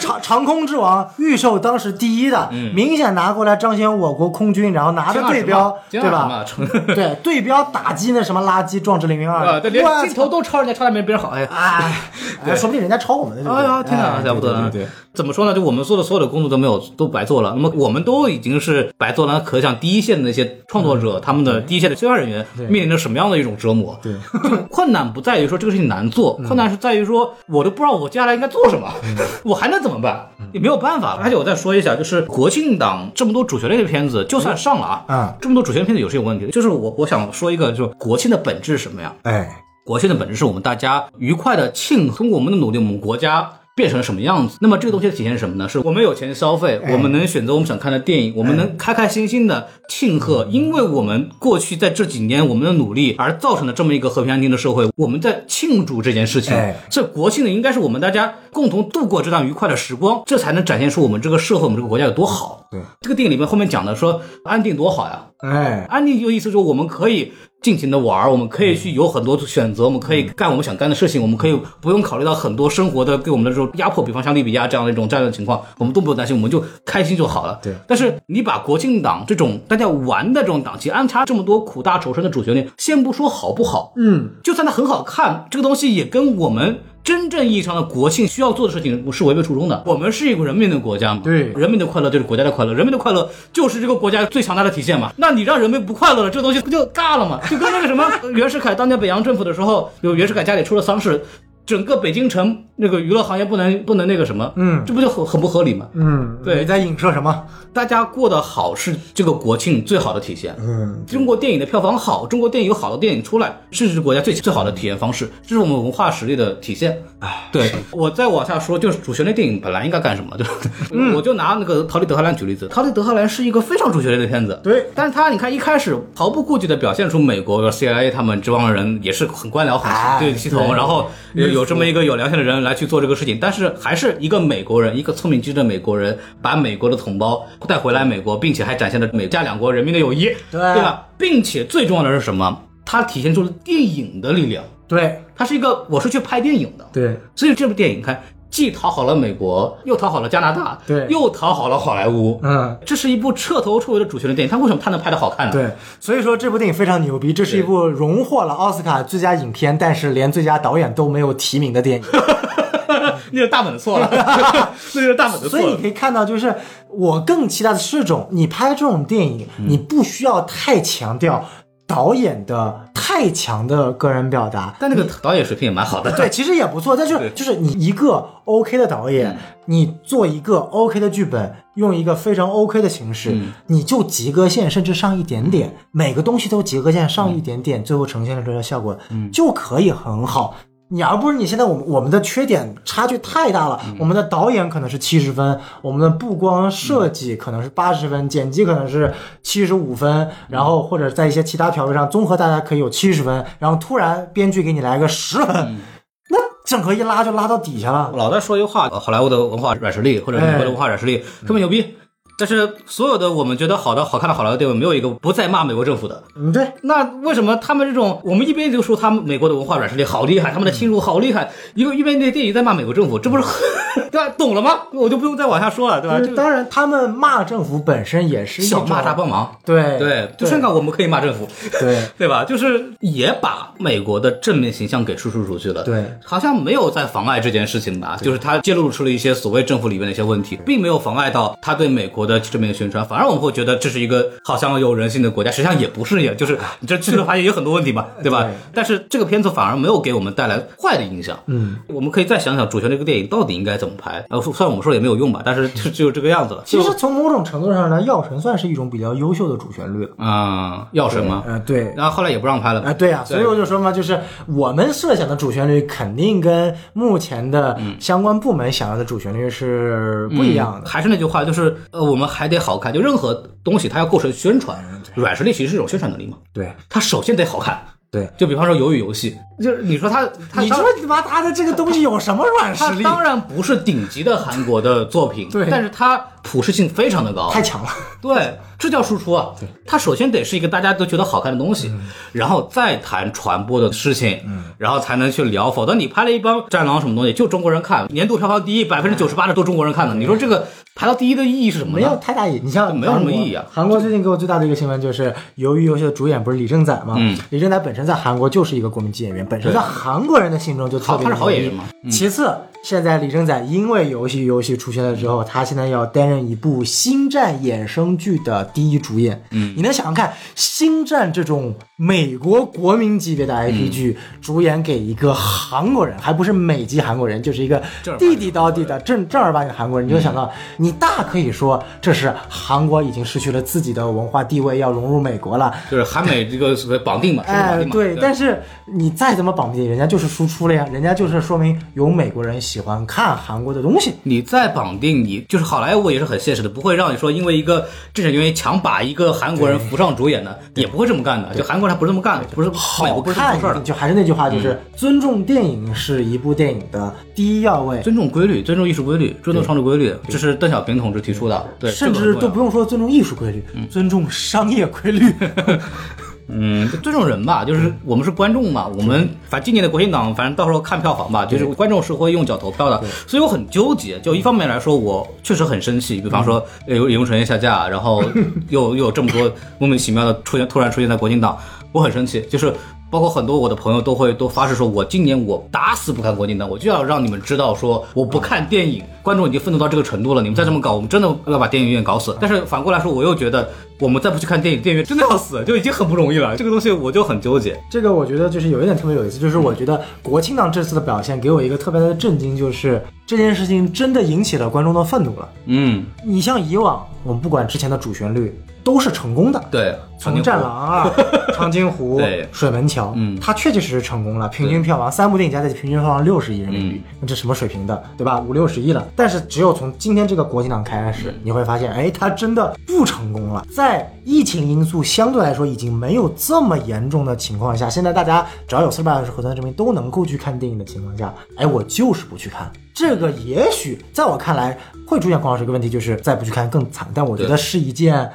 长长空之王预售当时第一的，
嗯
明显拿过来彰显我国空军，然后拿着对标，对
歼二
吧？
什么？ 歼二什么
对对标打击那什么垃圾壮志凌云
啊，
二，
对，连
我
镜头都抄人家，抄的没别人好，哎呀。
哎， 哎说不定人家抄我们的。对不
哎
对
呀，天哪，
哎
了不得了！
对对对，
怎么说呢？就我们做的所有的工作都没有都白做了。那么我们都已经是白做了，可想第一线的那些创作
嗯
者，他们的第一线的宣发人员面临着什么样的一种折磨？对， 困难不在于说这个事情难做，困难是在于说我都不知道我接下来应该做什么， 我还能怎么办？也没有办法。而且我再说一下，就是国庆档这么多主旋律的片子，就算上了啊，
嗯
这么多主旋律片子有是有问题的。就是我我想说一个，就是国庆的本质是什么呀？
哎，
国庆的本质是我们大家愉快的庆，通过我们的努力，我们国家。变成什么样子？那么这个东西体现是什么呢？是我们有钱消费，
哎
我们能选择我们想看的电影，我们能开开心心的庆贺，
嗯
因为我们过去在这几年我们的努力而造成的这么一个和平安定的社会，我们在庆祝这件事情
哎。
这国庆呢，应该是我们大家共同度过这段愉快的时光，这才能展现出我们这个社会、我们这个国家有多好。
对，
这个电影里面后面讲的说安定多好呀，
哎，
安利就意思说，我们可以尽情的玩儿，我们可以去有很多选择，我们可以干我们想干的事情，我们可以不用考虑到很多生活的对我们的这种压迫，比方像利比亚这样的一种战略情况，我们都不用担心，我们就开心就好了。
对
但是你把国庆档这种大家玩的这种档期安插这么多苦大仇深的主旋律，先不说好不好，
嗯，
就算它很好看，这个东西也跟我们。真正意义上的国庆需要做的事情是违背初衷的。我们是一个人民的国家嘛，
对
人民的快乐就是国家的快乐，人民的快乐就是这个国家最强大的体现嘛。那你让人民不快乐了，这个东西不就尬了吗？就跟那个什么 袁世凯当年北洋政府的时候，有袁世凯家里出了丧事，整个北京城那个娱乐行业不能不能那个什么，
嗯
这不就很很不合理吗？
嗯，
对
你在影射什么？
大家过得好是这个国庆最好的体现。
嗯，
中国电影的票房好，中国电影有好的电影出来，是这国家最最好的体验方式，这是我们文化实力的体现。哎，对我再往下说，就是主旋律电影本来应该干什么，对吧？我就拿那个《逃离德黑兰》举例子，《逃离德黑兰》是一个非常主旋律的片子，
对
但是他你看一开始毫不顾忌的表现出美国 CIA 他们这帮人也是很官僚很
哎
对系统，
对
然后有有这么一个有良心的人来去做这个事情，但是还是一个美国人，一个聪明机智的美国人，把美国的同胞带回来美国，并且还展现了美加两国人民的友谊，
对
对吧？并且最重要的是什么？它体现出了电影的力量，
对
它是一个我是去拍电影的，
对
所以这部电影看既讨好了美国，又讨好了加拿大，
对
又讨好了好莱坞，
嗯，
这是一部彻头彻尾的主旋律电影，它为什么它能拍得好看呢？
对，所以说这部电影非常牛逼，这是一部荣获了奥斯卡最佳影片，但是连最佳导演都没有提名的电影。
那是大本错 了，那就是大本的错
所以你
了。
可以看到，就是我更期待的是这种，你拍这种电影，
嗯
你不需要太强调导演的太强的个人表达，
但那个导演水平也蛮好的，
对，其实也不错，但就是就是你一个 OK 的导演，你做一个 OK 的剧本，用一个非常 OK 的形式，你就及格线甚至上一点点，每个东西都及格线上一点点，最后呈现出来的效果、就可以很好。你而不是你现在我们我们的缺点差距太大
嗯
了，我们的导演可能是七十分，我们的布光
嗯
设计可能是八十分，剪辑可能是七十五
嗯
分，然后或者在一些其他调味上综合，大家可以有七十分，然后突然编剧给你来个十分，
嗯
那整合一拉就拉到底下了。
老在说一句话，呃好莱坞的文化软实力或者美国的文化软实力
嗯
特别牛逼，但是所有的我们觉得好的、好看的好莱坞电影，没有一个不再骂美国政府的。
嗯，对，
那为什么他们这种，我们一边就说他们美国的文化软实力好厉害，他们的侵入好厉害，一个一边那电影在骂美国政府，这不是 很对吧？懂了吗？我就不用再往下说了，对吧？
就
啊这个
是当然他们骂政府本身也是一
小
种
骂大帮忙，
对
对，就香港我们可以骂政府，
对
对吧？就是也把美国的正面形象给输出出去了，
对
好像没有在妨碍这件事情吧？就是他揭露出了一些所谓政府里面的一些问题，并没有妨碍到他对美国的正面宣传，反而我们会觉得这是一个好像有人性的国家，实际上也不是呀，就是你这去了发现有很多问题吧，对吧？
对
但是这个片子反而没有给我们带来坏的影响，嗯，我们可以再想想主旋律这个电影到底应该怎么拍。牌。呃，虽然我们说也没有用吧，但是就就这个样子了。
其
就
实从某种程度上呢，《药神》算是一种比较优秀的主旋律了。
啊、药神嘛，
呃，对，
然后后来也不让拍了
啊，对啊，所以我就说嘛，就是我们设想的主旋律肯定跟目前的相关部门想要的主旋律是不一样的。
啊还是那句话，就是呃，我们还得好看。就任何东西，它要构成宣传，软实力其实是一种宣传能力嘛。
对
它首先得好看。
对，
就比方说《鱿鱼游戏》，就是你说它，它
你
当
说你妈他的这个东西有什么软实
它
力？
当然不是顶级的韩国的作品，
对
但是它普适性非常的高，
太强了，
对，这叫输出啊。它首先得是一个大家都觉得好看的东西，
嗯
然后再谈传播的事情，然后才能去聊。否则你拍了一帮战狼什么东西，就中国人看，年度票房第一，百分之九十八的都中国人看的，你说这个排到第一的意义是什么
嗯没有
呢？
太大意义。你像
没有什么
韩国
意义啊
韩国最近给我最大的一个新闻就是，由于游戏的主演不是李正宰嘛，
嗯
李正宰本身在韩国就是一个国民级演员，本身在韩国人的心中就特
好，
别
他是好演员
牛逼
嘛？
其次，现在李正宰因为游戏游戏出现了之后，他现在要担任一部《星战》衍生剧的第一主演。嗯，你能想想看，《星战》这种美国国民级别的 IP 剧，主演给一个韩国人，还不是美籍韩国人，嗯就是一个
正儿八经
地地道地的正正儿八经韩国人，你就想到，你大可以说这是韩国已经失去了自己的文化地位，要融入美国了。
就是韩美这个所谓绑定嘛，是绑
哎，
定嘛。
对，但是你再怎么绑定，人家就是输出了呀，人家就是说明有美国人喜欢看韩国的东西。
你再绑定你，就是好莱坞也是很现实的，不会让你说因为一个政治原因强把一个韩国人扶上主演的，也不会这么干的。就韩国人他不是这么干的，不是美
好
国不是这么
看
回事儿的，。嗯
就还是那句话，就是尊重电影是一部电影的第一要位，
尊重规律，尊重艺术规律，尊重创作规律，这是邓小平同志提出的。对，
甚
这个
至
很重
都
要
不用说尊重艺术规律，尊重商业规律。
嗯，就尊重人吧，就是我们是观众嘛，我们反正今年的国庆档，反正到时候看票房吧，就是观众是会用脚投票的，所以我很纠结。就一方面来说，我确实很生气，比方说呃有影城业下架，然后又又有这么多莫名其妙的出现，突然出现在国庆档，我很生气，就是。包括很多我的朋友都会都发誓说，我今年我打死不看国庆档，我就要让你们知道说我不看电影。观众已经愤怒到这个程度了，你们再这么搞，我们真的要把电影院搞死。但是反过来说，我又觉得我们再不去看电影，电影院真的要死，就已经很不容易了。这个东西我就很纠结。
这个我觉得就是有一点特别有意思，就是我觉得国庆档这次的表现给我一个特别大的震惊，就是这件事情真的引起了观众的愤怒了。
嗯，
你像以往我们不管之前的主旋律都是成功的，
对，
从《战狼二》 《长津湖》
对
《水门桥》，
嗯
它确确实实成功了，平均票房三部电影加在一起平均票房六十亿人民币，
嗯
那这什么水平的，对吧？五六十亿了。但是只有从今天这个国庆档开
嗯
始，你会发现，哎，它真的不成功了。在疫情因素相对来说已经没有这么严重的情况下，现在大家只要有四十八小时核酸证明都能够去看电影的情况下，哎，我就是不去看。这个也许在我看来会出现孔老师一个问题，就是再不去看更惨。但我觉得是一件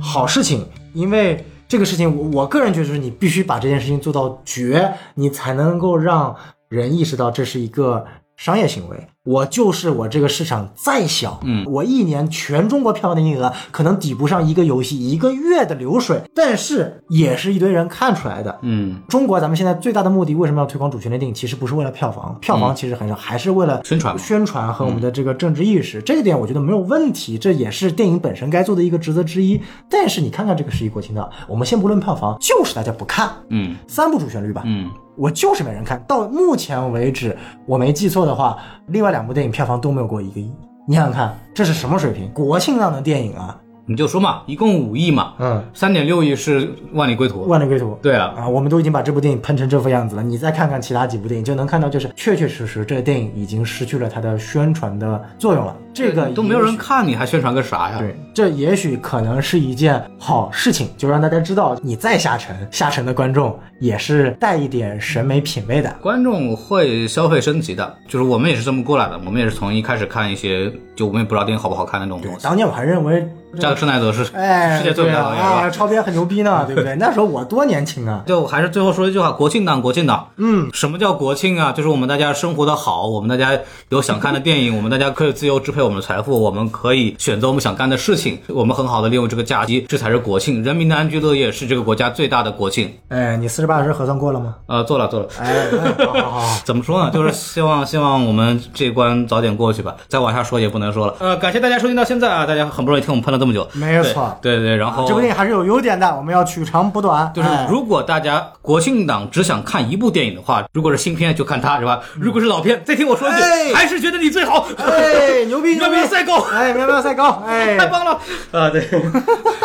好事情，因为这个事情我我个人觉得就是你必须把这件事情做到绝，你才能够让人意识到这是一个商业行为。我就是我这个市场再小，嗯，我一年全中国票房的营业额可能抵不上一个游戏一个月的流水，但是也是一堆人看出来的，
嗯，
中国咱们现在最大的目的为什么要推广主旋律电影？其实不是为了票房，票房其实很少，还是为了
嗯宣传嘛嗯
宣传和我们的这个政治意识。这一点我觉得没有问题，这也是电影本身该做的一个职责之一。但是你看看这个十一国庆档，我们先不论票房，就是大家不看
嗯
三部主旋律吧。
嗯，
我就是没人看到目前为止，我没记错的话，另外两部电影票房都没有过一个亿。你想想看，这是什么水平？国庆档的电影啊，
你就说嘛，一共五亿嘛，
嗯，
三点六亿是万里归途。
万里归途。
对啊，
啊，我们都已经把这部电影喷成这副样子了，你再看看其他几部电影，就能看到，就是确确实实这个电影已经失去了它的宣传的作用了。这个
都没有
也
人
许。
看，你还宣传个啥呀？
对，这也许可能是一件好事情，就让大家知道，你再下沉，下沉的观众也是带一点审美品味的。
观众会消费升级的，就是我们也是这么过来的，我们也是从一开始看一些，就我们也不知道电影好不好看那种东西。
当年我还认为，
扎克施耐德是
哎，
世界最
对
佳
啊，
导演吧
啊，超编很牛 逼呢，对不对？那时候我多年轻啊！
就还是最后说一句话，国庆档，国庆档。
嗯，
什么叫国庆啊？就是我们大家生活的好，我们大家有想看的电影，我们大家可以自由支配我们的财富，我们可以选择我们想干的事情，我们很好的利用这个假期，这才是国庆。人民的安居乐业是这个国家最大的国庆。
哎，你四十八小时核算过了吗？
呃，做了做了。啊
哎，哎好好好好，
怎么说呢？就是希望希望我们这关早点过去吧。再往下说也不能说了。呃，感谢大家收听到现在啊，大家很不容易听我们喷了这么久。者，
没有错
对对对，然后
这部电影还是有优点的，我们要取长补短。
就是
哎
如果大家国庆档只想看一部电影的话，如果是新片就看它，是吧？如果是老片，再听我说一
嗯哎
句，还是觉得你最好，
哎，牛逼
喵
牛
喵
逼，
赛高。
哎，喵喵赛高，哎
太，棒了啊！对，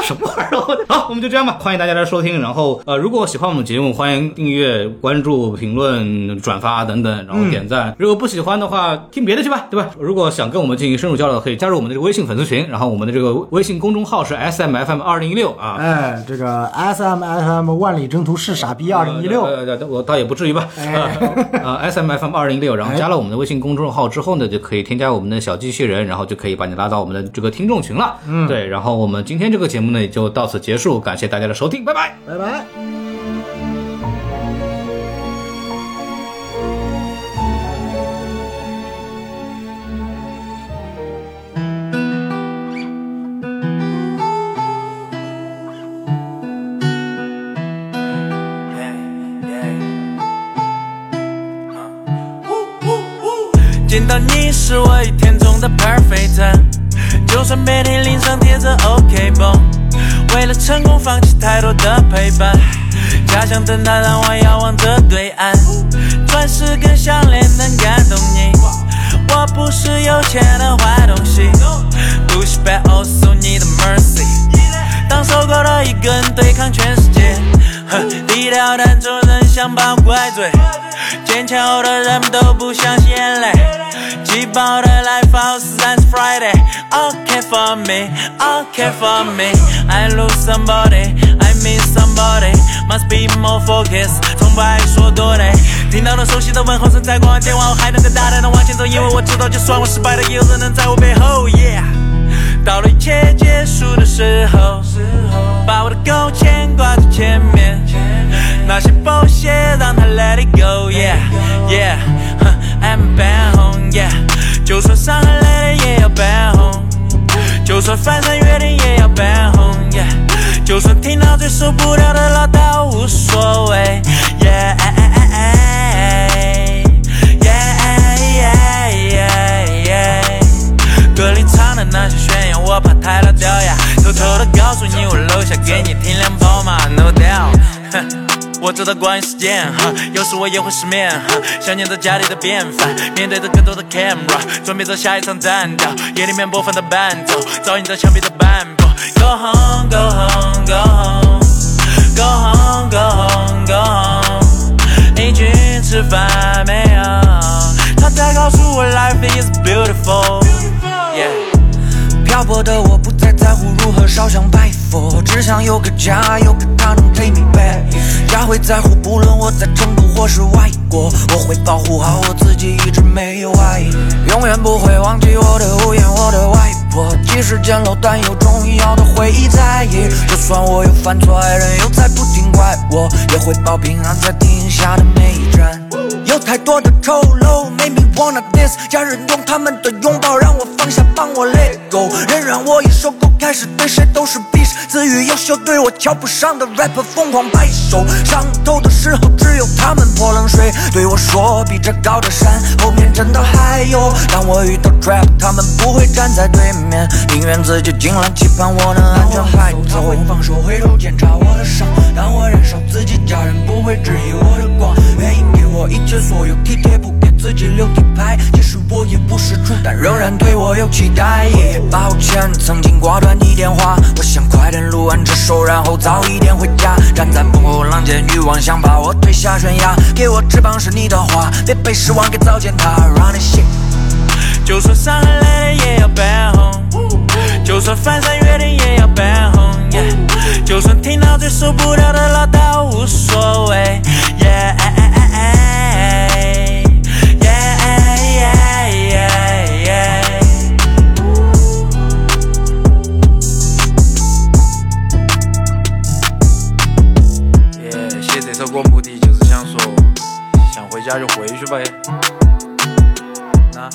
什么玩意儿？我好，我们就这样吧。欢迎大家来收听。然后，呃，如果喜欢我们节目，欢迎订阅、关注、评论、转发等等，然
嗯
后点赞。如果不喜欢的话，听别的去吧，对吧？如果想跟我们进行深入交流，可以加入我们的这个微信粉丝群。然后，我们的这个微信公众号是 S M F M 二零一六啊。
哎，这个 S M S M 万里征途是傻逼二零一六，哎
呃，呃呃我倒也不至于吧。呃，S M F M 二零六，然后加了我们的微信公众号之后呢，就可以添加我们的小机器人，然后就可以把你拉到我们的这个听众群了。嗯，对，然后我们今天这个节目呢也就到此结束，感谢大家的收听，拜拜。
拜拜。
见到你是我一天中的 perfect time，就算每天脸上贴着 OK 绷，为了成功放弃太多的陪伴，家乡灯塔让我遥望着对岸，钻石跟项链能感动你，我不是有钱的坏东西，不是背后送你的 mercy，当受够了一个人对抗全世界，哼低调但做人像把怪罪。坚强后的人们都不相信眼泪。挤爆的 Life House 但是 Friday。Okay for me, okay for me. I lose somebody, I miss somebody. Must be more focused. 从不爱说多的，听到了熟悉的问候声，在挂完电话，我还能更大胆的往前走，因为我知道，就算我失败了，也有人能在我背后。Yeah，到了一切结束的时候，把我的勾牵挂在前面。那些剥削让它 let it go, yeah, yeah, huh, I'm back home, yeah。就算伤痕累累也要 back home，就算翻山越岭也要 back home, yeah。就算听到最受不了的唠叨无所谓，yeah, 哎 yeah, yeah, yeah。歌里唱的那些宣言，我怕太老掉牙。偷偷的告诉你，我楼下给你停辆宝马，no doubt 哼。我知道关于时间，哈，有时我也会失眠，哈，想念着家里的便饭，面对着更多的 camera，准备着下一场战斗。夜里面播放的伴奏，噪音在墙壁的斑驳。Go home, go home, go home, go home, go home, go home。你去吃饭没有？他在告诉我，life is beautiful。Yeah.
漂泊的我不再在乎如何烧香拜佛，只想有个家，有个他能 take me back。家会在乎，不论我在成都或是外国，我会保护好我自己，一直没有爱。永远不会忘记我的屋檐，我的外婆，即使简陋，但有重要的回忆在。就算我又犯错，爱人又在不停怪我，也会报平安在停下的每一站。有太多的丑陋，made me wanna dance。家人用他们的拥抱让我放下，帮我 let go。仍然我已受够，开始对谁都是鄙视，自诩优秀，对我瞧不上的 rapper 疯狂摆手。上头的时候只有他们泼冷水，对我说比这高的山后面真的还有。当我遇到 trap，他们不会站在对面，宁愿自己进来，期盼我能安全海走。他会哦放手回头检查我的伤，当我燃烧自己，家人不会质疑我的光。愿意给我一切所有，体贴不给自己留底牌。其实我也不是猪，但仍然对我有期待。抱歉，曾经挂断你电话，我想快点录完这首，然后早一点回家。站在风后浪尖，欲望想把我推下悬崖。给我翅膀是你的花，别被失望给糟践它。Running shit。
就算伤痕累累也要 back home，就算翻山越岭也要 back home，yeah 就算听到最受不了的唠叨无所谓，yeah yeah yeah yeah yeah。
耶、写这首歌目的就是想说，想回家就回去呗。那、